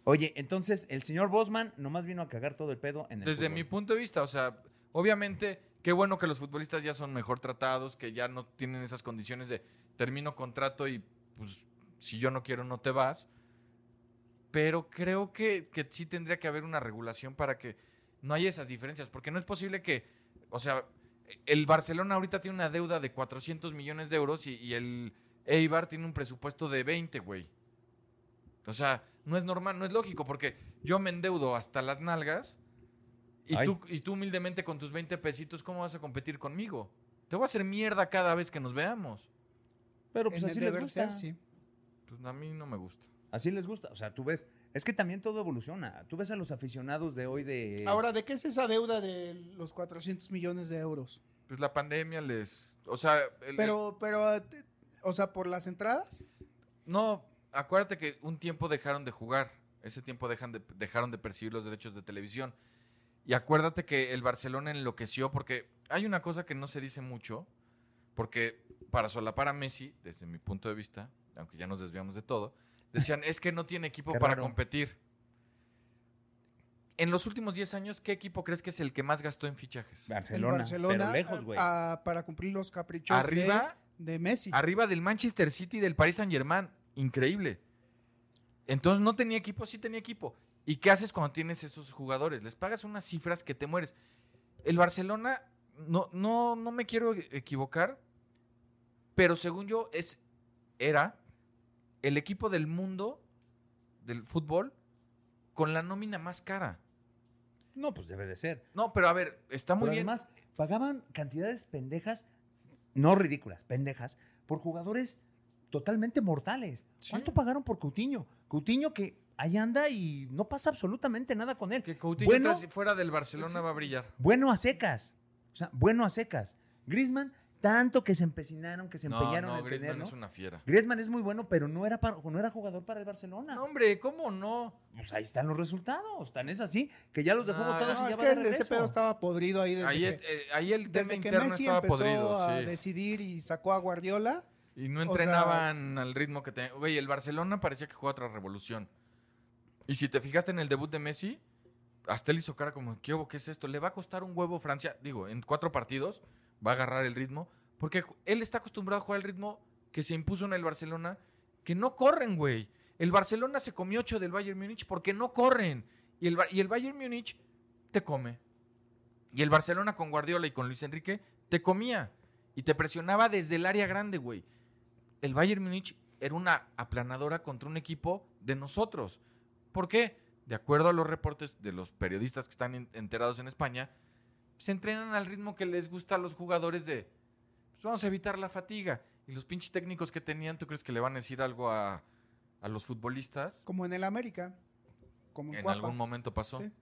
S4: Oye, entonces el señor Bosman nomás vino a cagar todo el pedo en el
S5: Desde
S4: fútbol.
S5: mi punto de vista, o sea, obviamente, qué bueno que los futbolistas ya son mejor tratados, que ya no tienen esas condiciones de termino contrato y pues si yo no quiero no te vas. Pero creo que, que sí tendría que haber una regulación para que no haya esas diferencias, porque no es posible que, o sea, el Barcelona ahorita tiene una deuda de 400 millones de euros y, y el Eibar tiene un presupuesto de 20, güey. O sea, no es normal, no es lógico, porque yo me endeudo hasta las nalgas y
S4: Ay.
S5: tú, y tú humildemente con tus 20 pesitos, ¿cómo vas a competir conmigo? Te voy a hacer mierda cada vez que nos veamos.
S4: Pero
S2: En
S4: pues
S2: el
S4: así les
S2: deber
S4: gusta.
S2: ser, sí.
S5: Pues a mí no me gusta.
S4: Así les gusta. O sea, tú ves. Es que también todo evoluciona. Tú ves a los aficionados de hoy de.
S2: Ahora, ¿de qué es esa deuda de los 400 millones de euros?
S5: Pues la pandemia les... O sea, el-
S2: Pero, pero, te- o sea, por las entradas.
S5: No, acuérdate que un tiempo dejaron de jugar. Ese tiempo dejan de- dejaron de percibir los derechos de televisión. Y acuérdate que el Barcelona enloqueció porque hay una cosa que no se dice mucho, porque para solapar a Messi, desde mi punto de vista, aunque ya nos desviamos de todo, decían, es que no tiene equipo
S4: Qué
S5: para
S4: raro.
S5: competir. En los últimos 10 años, ¿qué equipo crees que es el que más gastó en fichajes?
S4: Barcelona.
S2: el Barcelona. ah,
S4: Pero lejos, güey.
S2: a- a- para cumplir los caprichos de-
S5: Arriba,
S2: de, Messi.
S5: arriba del Manchester City y del Paris Saint Germain. Increíble. Entonces no tenía equipo, sí tenía equipo. ¿Y qué haces cuando tienes esos jugadores? Les pagas unas cifras que te mueres. El Barcelona, no, no, no me quiero e-, equivocar, pero según yo es, era el equipo del mundo del fútbol con la nómina más cara.
S4: No, pues debe de ser.
S5: No, pero a ver, está Ah, muy
S4: Pero
S5: bien.
S4: además, pagaban cantidades pendejas, no ridículas, pendejas, por jugadores totalmente mortales.
S5: Sí.
S4: ¿Cuánto pagaron por Coutinho? Coutinho que ahí anda y no pasa absolutamente nada con él.
S5: que Coutinho
S4: bueno,
S5: tras- fuera del Barcelona va a brillar.
S4: bueno a secas. O sea, bueno a secas. Griezmann, tanto que se empecinaron, que se
S5: No,
S4: empeñaron
S5: no,
S4: en
S5: Griezmann
S4: tenerlo.
S5: es una fiera.
S4: Griezmann es muy bueno, pero no era, para- no era jugador para el Barcelona.
S5: No, hombre, ¿cómo no?
S4: Pues ahí están los resultados. Tan es así que ya los dejó
S5: No,
S4: botados y
S2: No,
S4: ya
S2: es
S4: va
S2: que
S4: de
S2: ese
S4: regreso.
S2: pedo estaba podrido ahí desde
S5: Ahí,
S2: que,
S5: es- eh, ahí el tema
S2: desde que
S5: interno
S2: Messi
S5: estaba
S2: empezó
S5: podrido,
S2: a
S5: sí.
S2: decidir y sacó a Guardiola.
S5: Y no
S2: sea-
S5: entrenaban al ritmo que tenían. Güey, el Barcelona parecía que jugaba otra revolución. Y si te fijaste en el debut de Messi, hasta él hizo cara como, ¿qué, hubo? ¿qué es esto? Le va a costar un huevo Francia. Digo, en cuatro partidos va a agarrar el ritmo. Porque ju- él está acostumbrado a jugar el ritmo que se impuso en el Barcelona, que no corren, güey. El Barcelona se comió ocho del Bayern Múnich porque no corren. Y el, Ba- y el Bayern Múnich te come. Y el Barcelona con Guardiola y con Luis Enrique te comía. Y te presionaba desde el área grande, güey el Bayern Múnich era una aplanadora contra un equipo de nosotros. ¿Por qué? De acuerdo a los reportes de los periodistas que están en- enterados en España, se entrenan al ritmo que les gusta a los jugadores de, pues vamos a evitar la fatiga. Y los pinches técnicos que tenían, ¿tú crees que le van a decir algo a, a los futbolistas?
S2: Como en el América. Como en,
S5: En
S2: Cuapa.
S5: algún momento pasó.
S2: Sí.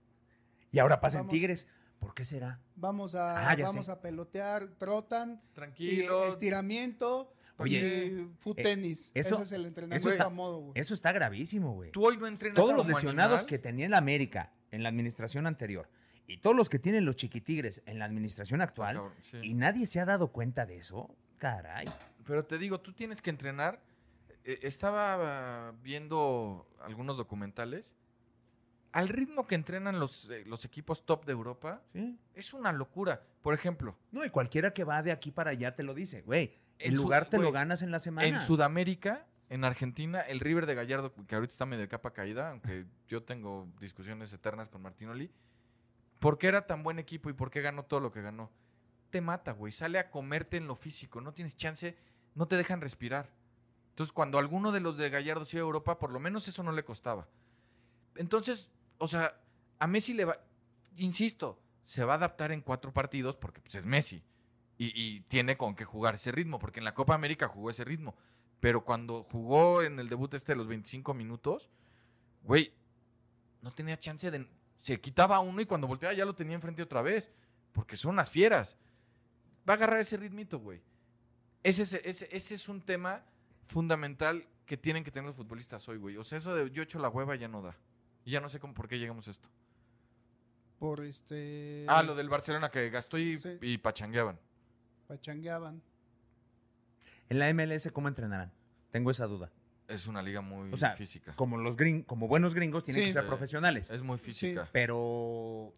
S4: Y ahora pasa en
S2: Vamos.
S4: Tigres. ¿Por qué será?
S2: Vamos a,
S4: Ah, ya
S2: vamos
S4: sé.
S2: a pelotear, trotan, y este,
S5: Tranquilo.
S2: estiramiento,
S4: Oye,
S2: y foot
S4: eh,
S2: tenis.
S4: eso-
S2: Ese es el
S4: eso
S2: entrenamiento
S4: está- eh,
S2: a modo, güey.
S4: Eso está gravísimo, güey.
S5: Tú hoy no entrenas
S4: Todos
S5: a
S4: los
S5: como
S4: lesionados
S5: animal.
S4: que tenía en la América en la administración anterior y todos los que tienen los chiquitigres en la administración actual
S5: Cabrón, sí.
S4: y nadie se ha dado cuenta de eso, caray.
S5: Pero te digo, tú tienes que entrenar. Eh, Estaba ah, viendo algunos documentales. Al ritmo que entrenan los, eh, los equipos top de Europa,
S4: ¿Sí?
S5: es una locura. Por ejemplo,
S4: No, y cualquiera que va de aquí para allá te lo dice, güey. El
S5: En su-
S4: lugar te lo
S5: güey,
S4: ganas en la semana.
S5: en Sudamérica, en Argentina, el River de Gallardo, que ahorita está medio de capa caída, aunque yo tengo discusiones eternas con Martinoli, ¿por qué era tan buen equipo y por qué ganó todo lo que ganó? Te mata, güey. Sale a comerte en lo físico. No tienes chance, no te dejan respirar. Entonces, cuando alguno de los de Gallardo se iba a Europa, por lo menos eso no le costaba. Entonces, o sea, a Messi le va, insisto, se va a adaptar en cuatro partidos porque pues, es Messi y, y tiene con qué jugar ese ritmo, porque en la Copa América jugó ese ritmo, pero cuando jugó en el debut este de los 25 minutos, güey, no tenía chance de... Se quitaba uno y cuando volteaba ya lo tenía enfrente otra vez, porque son las fieras. Va a agarrar ese ritmito, güey. Ese, es- ese- ese es un tema fundamental que tienen que tener los futbolistas hoy, güey. O sea, eso de yo echo la hueva ya no da. Y ya no sé cómo, por qué llegamos a esto.
S2: Por este.
S5: ah, lo del Barcelona que gastó y,
S2: sí.
S5: y pachangueaban.
S2: Pachangueaban.
S4: En la MLS, ¿cómo entrenarán? Tengo esa duda.
S5: Es una liga muy
S4: O sea,
S5: física.
S4: Como los gring, como buenos gringos tienen
S2: Sí.
S4: que ser
S5: Sí.
S4: profesionales.
S5: Es muy física.
S4: Pero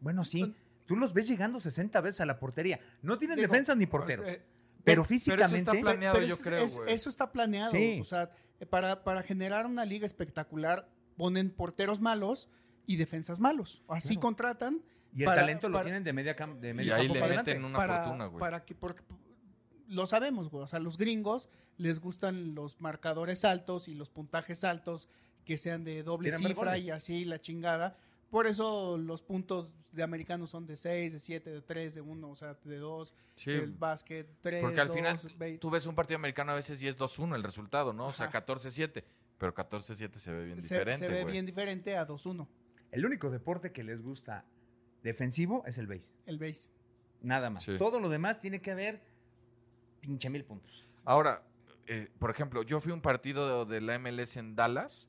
S4: bueno, sí.
S2: Son-
S4: Tú los ves llegando 60 veces a la portería. No tienen
S2: Digo,
S4: defensas ni porteros.
S2: eh,
S4: Pero
S5: Pero eso
S4: físicamente.
S5: está planeado,
S2: Pero
S5: yo
S2: es-
S5: creo,
S2: es-
S5: güey.
S2: eso está planeado.
S4: Sí.
S2: O sea, eh, para, para generar una liga espectacular, ponen porteros malos y defensas malos. Así
S4: Claro.
S2: contratan
S4: y el
S2: para-
S4: talento lo
S2: para-
S4: tienen de media cam- de
S5: Y
S4: medio
S5: ahí
S4: campo
S5: le
S4: para
S5: meten
S4: adelante.
S5: una
S2: para,
S5: fortuna, güey.
S2: para que. Porque, lo sabemos, güey. O sea, los gringos les gustan los marcadores altos y los puntajes altos que sean de doble
S4: Quieren ver
S2: cifra
S4: goles.
S2: y así la chingada. Por eso los puntos de americanos son de 6, de 7, de 3, de 1, o sea, de 2.
S5: Sí,
S2: El básquet 3,
S5: Porque al final
S2: dos, ve-
S5: tú ves un partido americano a veces y es 2-1 el resultado, ¿no? O sea,
S2: Ajá.
S5: 14-7. Pero 14-7 se ve bien
S2: se,
S5: diferente,
S2: se ve
S5: güey.
S2: bien diferente a 2-1,
S4: El único deporte que les gusta defensivo es el base.
S2: el base.
S4: Nada más.
S5: Sí.
S4: Todo lo demás tiene que haber pinche mil puntos.
S5: Ahora, eh, por ejemplo, yo fui a un partido de de la MLS en Dallas.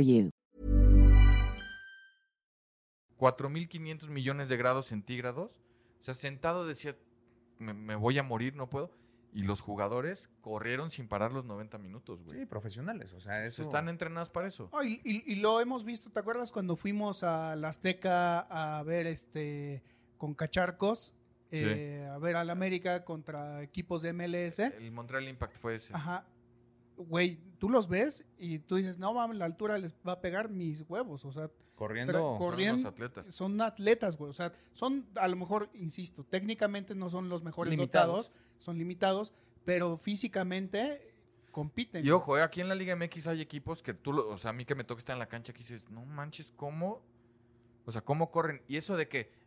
S8: you.
S5: 4.500 millones de grados centígrados. O sea, sentado decía, me, me voy a morir, no puedo. Y los jugadores corrieron sin parar los 90 minutos, güey.
S4: Sí, profesionales. O sea, eso.
S5: Están entrenados para eso.
S2: Oh, y, y- y lo hemos visto, ¿te acuerdas cuando fuimos a la Azteca a ver este con cacharcos? eh, a ver al América contra equipos de MLS.
S5: El Montreal Impact fue ese.
S2: Ajá. Güey, tú los ves y tú dices, no mames, la altura les va a pegar mis huevos. O sea,
S4: corriendo.
S2: cor-
S5: Son
S2: Corrien-
S5: unos atletas.
S2: son atletas, güey. O sea, son, a lo mejor, insisto, técnicamente no son los mejores
S4: Limitados.
S2: dotados, son limitados, pero físicamente compiten.
S5: Y ojo, eh, aquí en la Liga MX hay equipos que tú, lo- o sea, a mí que me toca estar en la cancha, que dices, no manches, ¿cómo? O sea, ¿cómo corren? Y eso de que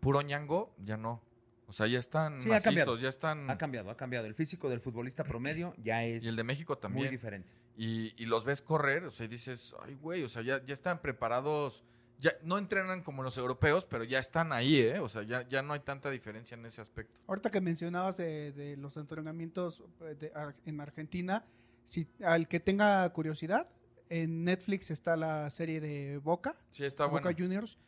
S5: puro ñango, ya no. O sea, ya están
S4: Sí, ha cambiado.
S5: macizos, ya están...
S4: Ha cambiado, ha cambiado. El físico del futbolista promedio ya es
S5: Y el de México
S4: muy
S5: también.
S4: diferente.
S5: Y, y los ves correr, o sea, y dices, ay, güey, o sea, ya, ya están preparados. Ya no entrenan como los europeos, pero ya están ahí, ¿eh? O sea, ya, ya no hay tanta diferencia en ese aspecto.
S2: Ahorita que mencionabas de, de los entrenamientos eh, de Ar- en Argentina, si al que tenga curiosidad, en Netflix está la serie de Boca,
S5: Sí, está
S2: Boca
S5: bueno.
S2: Juniors,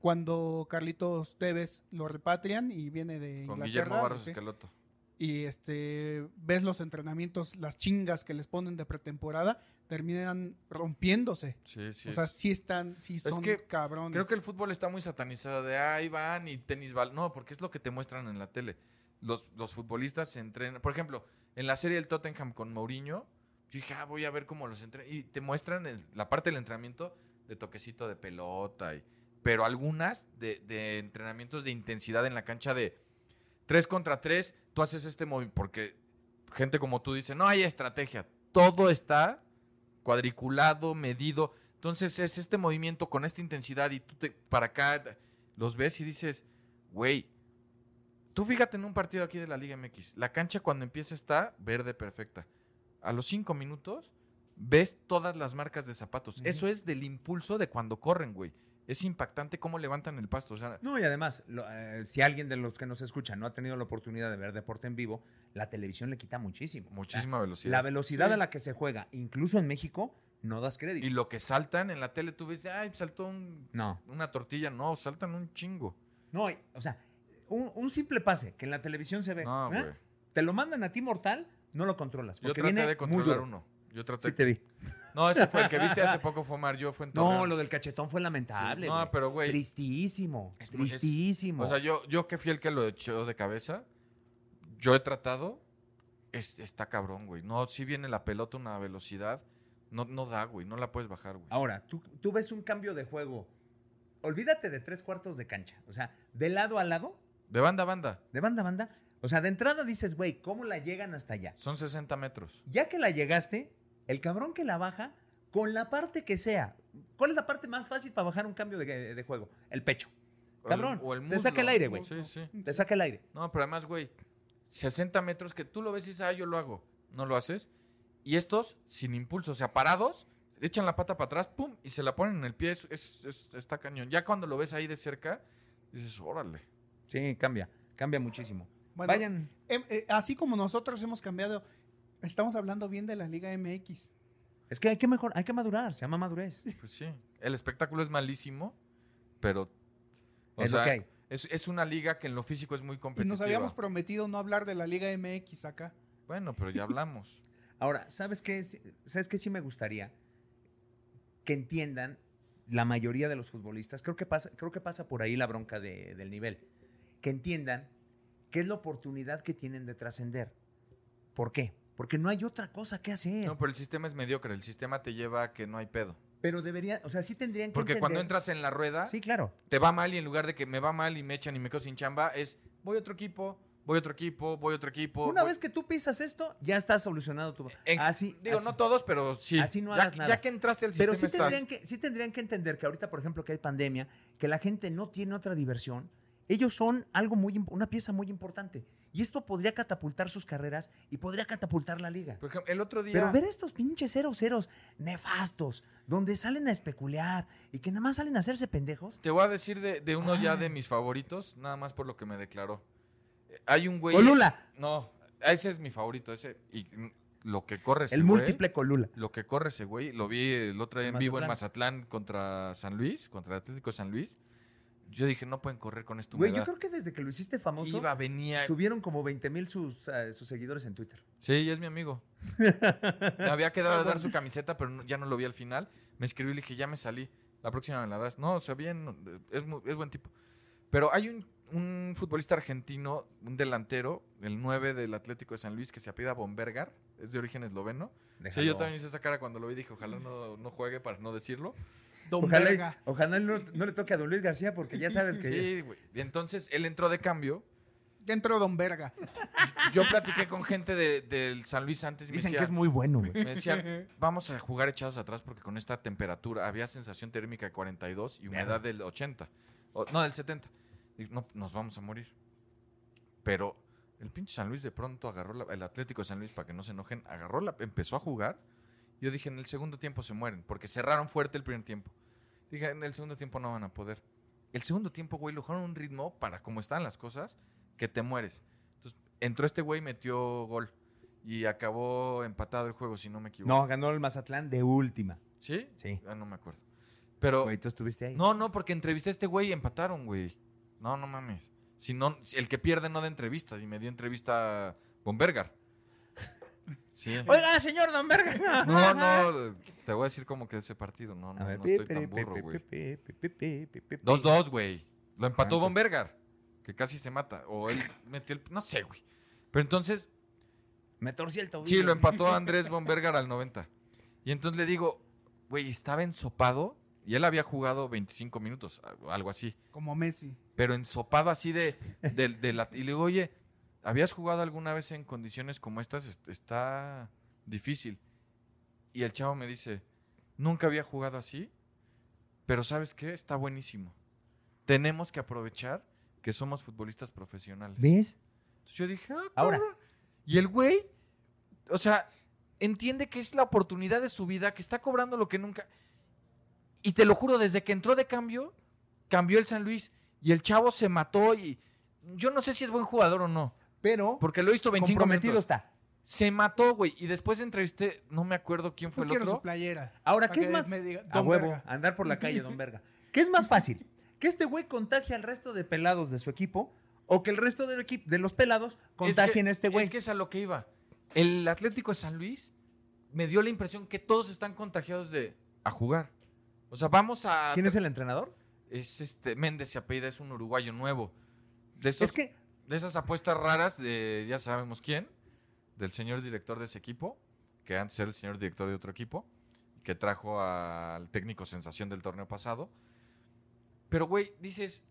S2: cuando Carlitos Tevez lo repatrian y viene de
S5: Con Guillermo
S2: Inglaterra.
S5: Barros
S2: sí,
S5: Esqueloto.
S2: y este ves los entrenamientos, las chingas que les ponen de pretemporada, terminan rompiéndose.
S5: Sí, sí.
S2: O sea, sí están, sí son
S5: que
S2: cabrones.
S5: Creo que el fútbol está muy satanizado de ahí van y tenis bal. No, porque es lo que te muestran en la tele. Los, los futbolistas se entrenan. Por ejemplo, en la serie del Tottenham con Mourinho, yo dije, ah, voy a ver cómo los entrenan. Y te muestran el- la parte del entrenamiento de toquecito de pelota. y- pero algunas de, de entrenamientos de intensidad en la cancha de 3 contra 3, tú haces este movimiento. Porque gente como tú dice, no hay estrategia. Todo está cuadriculado, medido. Entonces es este movimiento con esta intensidad y tú te, para acá los ves y dices, güey, tú fíjate en un partido aquí de la Liga MX, la cancha cuando empieza está verde perfecta. A los cinco minutos ves todas las marcas de zapatos. Eso es del impulso de cuando corren, güey. Es impactante cómo levantan el pasto. O sea,
S4: No, y además, lo- eh, si alguien de los que nos escucha no ha tenido la oportunidad de ver deporte en vivo, la televisión le quita muchísimo.
S5: muchísima
S4: La,
S5: velocidad.
S4: la velocidad a la que se juega, incluso en México, no das crédito.
S5: y lo que saltan en la tele, tú ves, ay, saltó un-
S4: No.
S5: una tortilla. No, saltan un chingo.
S4: No, y- o sea, un, un simple pase que en la televisión se ve.
S5: No,
S4: ¿eh?
S5: güey.
S4: Te lo mandan a ti mortal, no lo controlas.
S5: Yo
S4: Porque
S5: traté
S4: viene
S5: de
S4: muy
S5: controlar
S4: duro.
S5: uno. Yo traté.
S4: Sí te vi.
S5: No, ese fue el que viste hace poco fue Omar. Yo fue en
S4: No,
S5: Torreón.
S4: lo del cachetón fue lamentable.
S5: Sí. No,
S4: güey.
S5: pero, güey,
S4: Tristísimo.
S5: es- es-
S4: tristísimo.
S5: O sea, yo, yo que fui el que lo echó de cabeza. Yo he tratado. es- está cabrón, güey. No, si viene la pelota a una velocidad. No, no da, güey. No la puedes bajar, güey.
S4: Ahora, tú, tú ves un cambio de juego. Olvídate de tres cuartos de cancha. O sea, de lado a lado,
S5: De banda a banda.
S4: de banda a banda. O sea, de entrada dices, güey, ¿cómo la llegan hasta allá?
S5: Son 60 metros.
S4: Ya que la llegaste, el cabrón que la baja, con la parte que sea. ¿Cuál es la parte más fácil para bajar un cambio de, de juego? El pecho.
S5: O el-
S4: Cabrón,
S5: o el
S4: te saca
S5: muslo.
S4: el aire, güey.
S5: Sí, sí.
S4: Te saca el aire.
S5: No, pero además, güey, 60 metros que tú lo ves y dices, ah, yo lo hago. No lo haces. Y estos, sin impulso, o sea, parados, echan la pata para atrás, pum, y se la ponen en el pie. Es, es- es- está cañón. Ya cuando lo ves ahí de cerca, dices, órale.
S4: Sí, cambia. Cambia muchísimo.
S2: Bueno,
S4: Vayan.
S2: Em- eh, así como nosotros hemos cambiado, estamos hablando bien de la Liga MX.
S4: Es que hay que mejor, hay que madurar. Se llama madurez.
S5: Pues sí. El espectáculo es malísimo, pero.
S4: Es lo que hay.
S5: Es, es una liga que en lo físico es muy
S2: Y
S5: competitiva.
S2: nos habíamos prometido no hablar de la Liga MX acá.
S5: Bueno, pero ya hablamos.
S4: Ahora, ¿sabes qué? es- ¿Sabes qué sí me gustaría? Que entiendan la mayoría de los futbolistas. Creo que pasa, creo que pasa por ahí la bronca de- del nivel. Que entiendan que es la oportunidad que tienen de trascender. ¿Por qué? Porque no hay otra cosa que hacer.
S5: No, pero el sistema es mediocre. El sistema te lleva a que no hay pedo.
S4: pero debería, o sea, sí tendrían que
S5: Porque cuando
S4: entender-
S5: entras en la rueda,
S4: Sí, claro.
S5: te va mal y en lugar de que me va mal y me echan y me quedo sin chamba, es voy a otro equipo, voy a otro equipo, voy a otro equipo.
S4: Una
S5: voy-
S4: vez que tú pisas esto, ya está solucionado tu...
S5: En-
S4: así,
S5: Digo,
S4: así.
S5: no todos, pero sí.
S4: Así no
S5: Ya-
S4: hagas
S5: ya,
S4: nada.
S5: que entraste al sistema,
S4: Pero sí
S5: estás.
S4: tendrían, que, sí tendrían que entender que ahorita, por ejemplo, que hay pandemia, que la gente no tiene otra diversión. Ellos son algo muy, imp- una pieza muy importante. Y esto podría catapultar sus carreras y podría catapultar la liga.
S5: Por ejemplo, el otro día.
S4: Pero ver estos pinches ceros ceros nefastos, donde salen a especular y que nada más salen a hacerse pendejos.
S5: Te voy a decir de, de uno ya de mis favoritos, nada más por lo que me declaró. Eh, Hay un güey.
S4: Colula,
S5: No, ese es mi favorito, ese. Y mm, lo que corre ese
S4: el
S5: güey,
S4: múltiple Colula.
S5: Lo que corre ese güey, lo vi el otro día en
S4: En
S5: vivo en Mazatlán contra San Luis, contra el Atlético de San Luis. Yo dije, no pueden correr con esto.
S4: Güey, yo creo que desde que lo hiciste famoso,
S5: Iba, venía.
S4: subieron como 20 mil sus, eh, sus seguidores en Twitter.
S5: Sí, ya es mi amigo. Me había quedado a dar su camiseta, pero no- ya no lo vi al final. Me escribí y le dije, ya me salí. La próxima me la das. No, o sea, bien, no, es, mu- es buen tipo. Pero hay un, un futbolista argentino, un delantero, el 9 del Atlético de San Luis, que se apida Bombergar, es de origen esloveno. Sí, yo también hice esa cara cuando lo vi, dije, ojalá no, no juegue para no decirlo.
S2: Don
S4: Ojalá,
S2: Verga.
S4: ojalá no, no le toque a Don Luis García porque ya sabes que...
S5: Sí, güey. Y entonces él entró de cambio.
S2: Ya entró Don Verga.
S5: Yo platiqué con gente de- del San Luis antes y me
S4: Dicen
S5: decía,
S4: que es muy bueno, güey.
S5: Me decían, vamos a jugar echados atrás porque con esta temperatura había sensación térmica de 42 y humedad del 80. o- no, del 70. Y no, nos vamos a morir. Pero el pinche San Luis de pronto agarró la- el Atlético de San Luis para que no se enojen, agarró la, empezó a jugar. Yo dije, en el segundo tiempo se mueren porque cerraron fuerte el primer tiempo. Dije, en el segundo tiempo no van a poder. El segundo tiempo, güey, lo jugaron a un ritmo para como están las cosas que te mueres. Entonces, entró este güey y metió gol. Y acabó empatado el juego, si no me equivoco.
S4: No, ganó el Mazatlán de última.
S5: ¿Sí?
S4: Sí.
S5: Ah, no me acuerdo. Pero.
S4: Güey, tú estuviste ahí.
S5: No, no, porque entrevisté a este güey y empataron, güey. No, no mames. Si no, si el que pierde no da entrevista. Y me dio entrevista a Bombergar. Sí.
S4: Oiga, señor Don Verga.
S5: No, no, te voy a decir como que ese partido. No, no, no estoy tan burro, güey. 2-2, güey. Lo empató
S4: ¿Cuánto?
S5: Bombergar, que casi se mata. O él metió el. No sé, güey. Pero entonces
S4: Me torcí el tobillo.
S5: Sí, lo em- empató Andrés Bombergar al 90. Y entonces le digo, güey, estaba ensopado y él había jugado 25 minutos, a- algo así.
S2: Como Messi.
S5: Pero ensopado así de, de- de la... Y le digo, oye, ¿habías jugado alguna vez en condiciones como estas? Est- Está difícil. Y el chavo me dice, nunca había jugado así, pero ¿sabes qué? Está buenísimo. Tenemos que aprovechar que somos futbolistas profesionales.
S4: ¿Ves?
S5: Entonces yo dije, ah,
S4: Ahora.
S5: cabrón. Y el güey, o sea, entiende que es la oportunidad de su vida, que está cobrando lo que nunca. Y te lo juro, desde que entró de cambio, cambió el San Luis. Y el chavo se mató y yo no sé si es buen jugador o no.
S4: Pero
S5: Porque lo he visto 25
S4: comprometido
S5: minutos.
S4: está.
S5: Se mató, güey. Y después entrevisté, no me acuerdo quién fue
S2: Yo
S5: el
S2: quiero
S5: otro.
S2: su playera.
S4: Ahora,
S2: Para
S4: ¿qué es
S2: que
S4: más?
S2: me diga,
S4: a
S2: "Don
S4: huevo,
S2: Verga".
S4: andar por la calle, don Verga. ¿Qué es más fácil? ¿Que este güey contagie al resto de pelados de su equipo o que el resto del equipo, de los pelados,
S5: Es que-
S4: contagien a este güey?
S5: Es que es a lo que iba. El Atlético de San Luis me dio la impresión que todos están contagiados de a jugar. O sea, vamos a.
S4: ¿Quién es el entrenador?
S5: Es este Méndez se apellida, es un uruguayo nuevo. De, esos-
S4: Es que,
S5: de esas apuestas raras de ya sabemos quién, del señor director de ese equipo, que antes era el señor director de otro equipo, que trajo al técnico sensación del torneo pasado. Pero, güey, dices,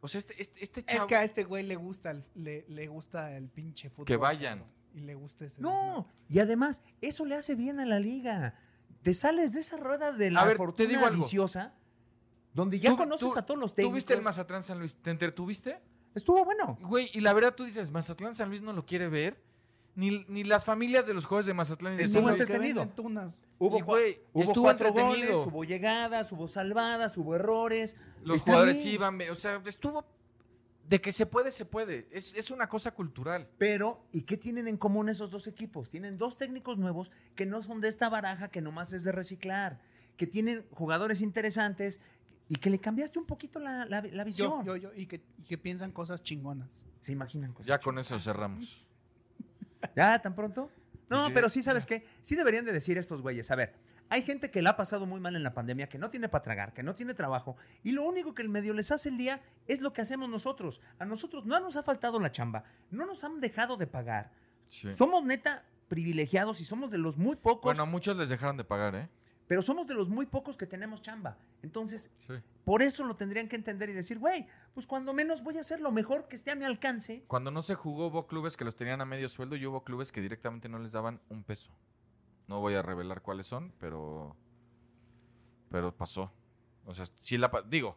S5: o sea, este, este, este
S2: Es
S5: chavo-
S2: que a este güey le gusta el, le, le gusta el pinche fútbol.
S5: Que vayan.
S2: cabrón. Y le gusta ese.
S4: no, y además, eso le hace bien a la liga. Te sales de esa rueda de la
S5: ver, te
S4: fortuna
S5: digo algo.
S4: viciosa, donde ya
S5: Tú-
S4: conoces
S5: tú-
S4: a todos los
S5: ¿Tú
S4: técnicos.
S5: viste el Mazatlán San Luis? ¿Te entretuviste?
S4: Estuvo bueno.
S5: Güey, y la verdad tú dices, Mazatlán San Luis no lo quiere ver. Ni, ni las familias de los jugadores de Mazatlán y de
S4: Es
S5: San
S4: un
S5: Luis.
S4: antes- entretenido.
S2: entretenido. Tunas.
S4: Hubo,
S5: Y,
S4: cua-
S5: güey,
S4: hubo
S5: estuvo
S4: cuatro goles,
S5: entretenido.
S4: hubo llegadas, hubo salvadas, hubo errores.
S5: Los
S4: Está
S5: jugadores
S4: bien.
S5: iban, o sea, estuvo... De que se puede, se puede. Es, es una cosa cultural.
S4: Pero, ¿y qué tienen en común esos dos equipos? Tienen dos técnicos nuevos que no son de esta baraja que nomás es de reciclar, que tienen jugadores interesantes y que le cambiaste un poquito la, la- la
S2: Yo,
S4: visión.
S2: yo, yo. Y que, y que piensan cosas chingonas.
S4: Se imaginan cosas.
S5: Pues Ya con eso cerramos.
S4: ¿Ya tan pronto? No,
S5: Sí,
S4: pero sí, ¿sabes qué? Sí deberían de decir estos güeyes. A ver, hay gente que la ha pasado muy mal en la pandemia, que no tiene para tragar, que no tiene trabajo, y lo único que el medio les hace el día es lo que hacemos nosotros. A nosotros no nos ha faltado la chamba, no nos han dejado de pagar.
S5: Sí.
S4: Somos neta privilegiados y somos de los muy pocos.
S5: Bueno, a muchos les dejaron de pagar, ¿eh?
S4: pero somos de los muy pocos que tenemos chamba. Entonces,
S5: Sí.
S4: por eso lo tendrían que entender y decir, güey, pues cuando menos voy a hacer lo mejor que esté a mi alcance.
S5: Cuando no se jugó, hubo clubes que los tenían a medio sueldo y hubo clubes que directamente no les daban un peso. No voy a revelar cuáles son, pero. Pero pasó. O sea, sí la. pa- Digo,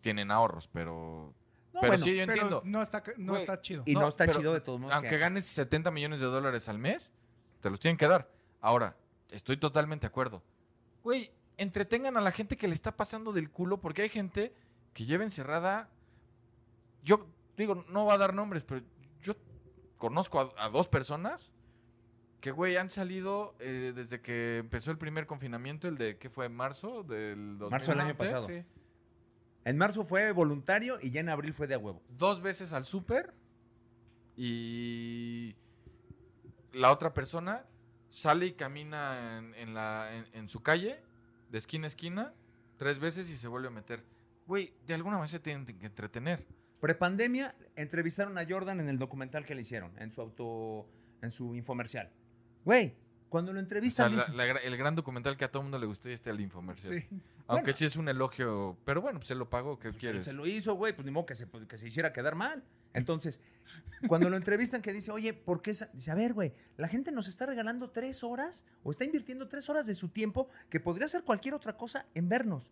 S5: tienen ahorros, pero.
S4: No,
S5: pero
S4: bueno,
S5: sí, yo entiendo.
S2: Pero no está, no
S5: Güey,
S2: está chido.
S4: y no,
S5: no,
S4: está
S5: pero
S4: chido de todos modos.
S5: Aunque
S4: que-
S5: ganes 70 millones de dólares al mes, te los tienen que dar. Ahora, estoy totalmente de acuerdo. Güey, entretengan a la gente que le está pasando del culo porque hay gente que lleva encerrada. Yo digo, no va a dar nombres, pero yo conozco a, a dos personas que, güey, han salido eh, desde que empezó el primer confinamiento, el de, ¿qué fue? ¿Marzo? Del
S4: Marzo del año
S5: 2020.
S4: pasado. En marzo fue voluntario y ya en abril fue de a huevo.
S5: dos veces al súper y la otra persona sale y camina en, en la, en, en su calle, de esquina a esquina, tres veces y se vuelve a meter. Güey, de alguna manera se tienen que entretener.
S4: Prepandemia, entrevistaron a Jordan en el documental que le hicieron, en su auto, en su infomercial. Güey, cuando lo
S5: O sea,
S4: entrevistan,
S5: la-
S4: dice-
S5: la gra- el gran documental que a todo mundo le gustó y este el infomercial.
S2: Sí.
S5: Aunque
S4: Bueno.
S5: sí es un elogio, pero bueno, pues se lo pagó, ¿qué quieres?
S4: Se lo hizo, güey, pues ni modo que se, que se hiciera quedar mal. Entonces, cuando lo entrevistan que dice, oye, ¿por qué? esa-?" Dice, a ver, güey, la gente nos está regalando tres horas o está invirtiendo tres horas de su tiempo que podría hacer cualquier otra cosa en vernos.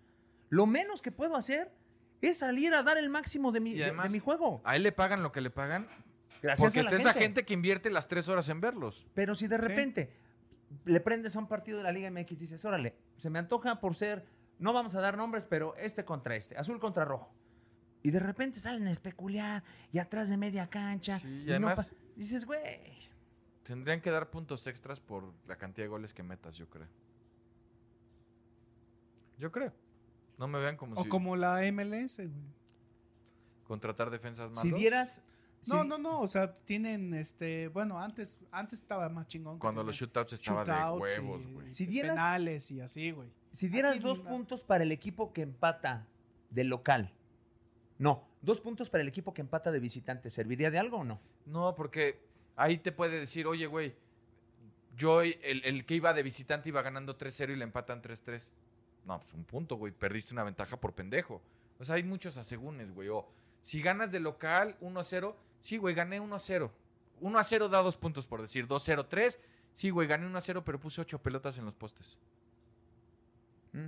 S4: Lo menos que puedo hacer es salir a dar el máximo de mi,
S5: Y
S4: de- de
S5: además-
S4: mi juego.
S5: A él le pagan lo que le pagan
S4: Gracias
S5: porque
S4: a la
S5: está esa gente que invierte las tres horas en verlos.
S4: Pero si de repente le prendes a un partido de la Liga MX y dices, órale, se me antoja por ser, no vamos a dar nombres, pero este contra este, azul contra rojo. Y de repente salen a especular y atrás de media cancha.
S5: Sí, y
S4: no
S5: además-
S4: pa- dices, güey.
S5: Tendrían que dar puntos extras por la cantidad de goles que metas, yo creo. Yo creo. No me vean como
S2: O
S5: si
S2: como la MLS, güey.
S5: contratar defensas malos.
S4: Si vieras. si
S2: No,
S4: vi-
S2: no, no. O sea, tienen este. Bueno, antes, antes estaba más chingón. que
S5: Cuando
S2: tenían
S5: los shootouts estaba
S2: eh, shootouts
S5: de huevos,
S2: y-
S5: güey.
S4: Si
S2: y
S4: vieras-
S2: Penales y así, güey.
S4: Si dieras
S2: Aquí
S4: dos
S2: no.
S4: puntos para el equipo que empata del local. No, dos puntos para el equipo que empata de visitante. ¿Serviría de algo o no?
S5: No, porque ahí te puede decir, oye, güey, yo el, el que iba de visitante iba ganando 3-0 y le empatan 3-3. No, pues un punto, güey. Perdiste una ventaja por pendejo. O sea, hay muchos asegúnes, güey. O si ganas de local 1-0, sí, güey, gané 1-0. 1-0 da dos puntos, por decir. 2-0-3. Sí, güey, gané 1-0, pero puse ocho pelotas en los postes.
S4: Mm.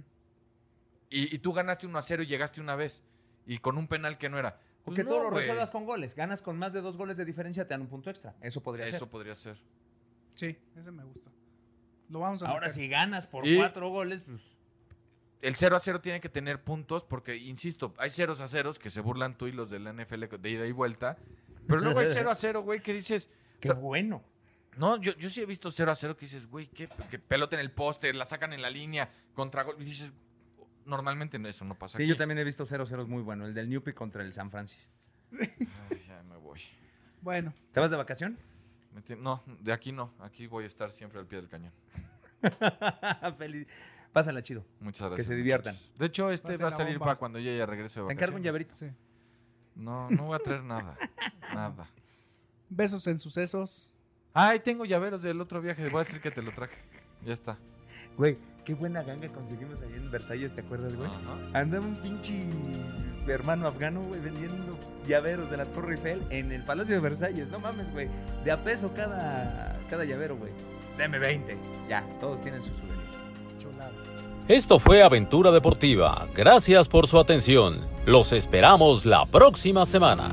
S5: Y, y tú ganaste 1-0 y llegaste una vez. Y con un penal que no era. Pues
S4: Porque
S5: no,
S4: todo lo
S5: güey.
S4: resuelvas con goles. Ganas con más de dos goles de diferencia, te dan un punto extra. Eso podría ser.
S5: Eso podría ser.
S2: Sí, ese me gusta. Lo vamos a
S6: Ahora
S2: meter.
S6: si ganas por
S5: Y-
S6: cuatro goles, pues
S5: El 0 a 0 tiene que tener puntos porque, insisto, hay ceros a ceros que se burlan tú y los de la NFL de ida y vuelta. Pero luego hay 0 a 0, güey, que dices...
S6: qué bueno.
S5: No, yo, yo sí he visto 0 a 0 que dices, güey, que, pelota en el poste, la sacan en la línea, contra gol. Y dices, normalmente eso no pasa
S4: Sí,
S5: aquí.
S4: yo también he visto 0-0 muy bueno. El del Newpie contra el San Francisco.
S5: Ay, ya me voy.
S2: Bueno,
S4: ¿Te vas de vacación?
S5: Me ti- No, de aquí no. Aquí voy a estar siempre al pie del cañón.
S4: Feliz. Pásala chido.
S5: Muchas gracias.
S4: Que se diviertan.
S5: muchachos. De hecho, este
S2: Pase
S5: va a
S2: la
S5: salir
S2: bomba.
S5: para cuando yo ya regrese de
S4: Te encargo un
S5: vacaciones.
S4: llaverito.
S2: sí.
S5: No, no voy a traer nada. nada.
S2: Besos en sucesos.
S5: Ay, tengo llaveros del otro viaje. Voy a decir que te lo traje. Ya está.
S4: Güey, qué buena ganga conseguimos allá en Versalles, ¿te acuerdas, güey?
S5: Ajá.
S4: Andaba un pinche hermano afgano, güey, vendiendo llaveros de la Torre Eiffel en el Palacio de Versalles. No mames, güey. De a peso cada, cada llavero, güey. Deme 20. Ya, todos tienen su souvenir.
S1: Esto fue Aventura Deportiva. Gracias por su atención. Los esperamos la próxima semana.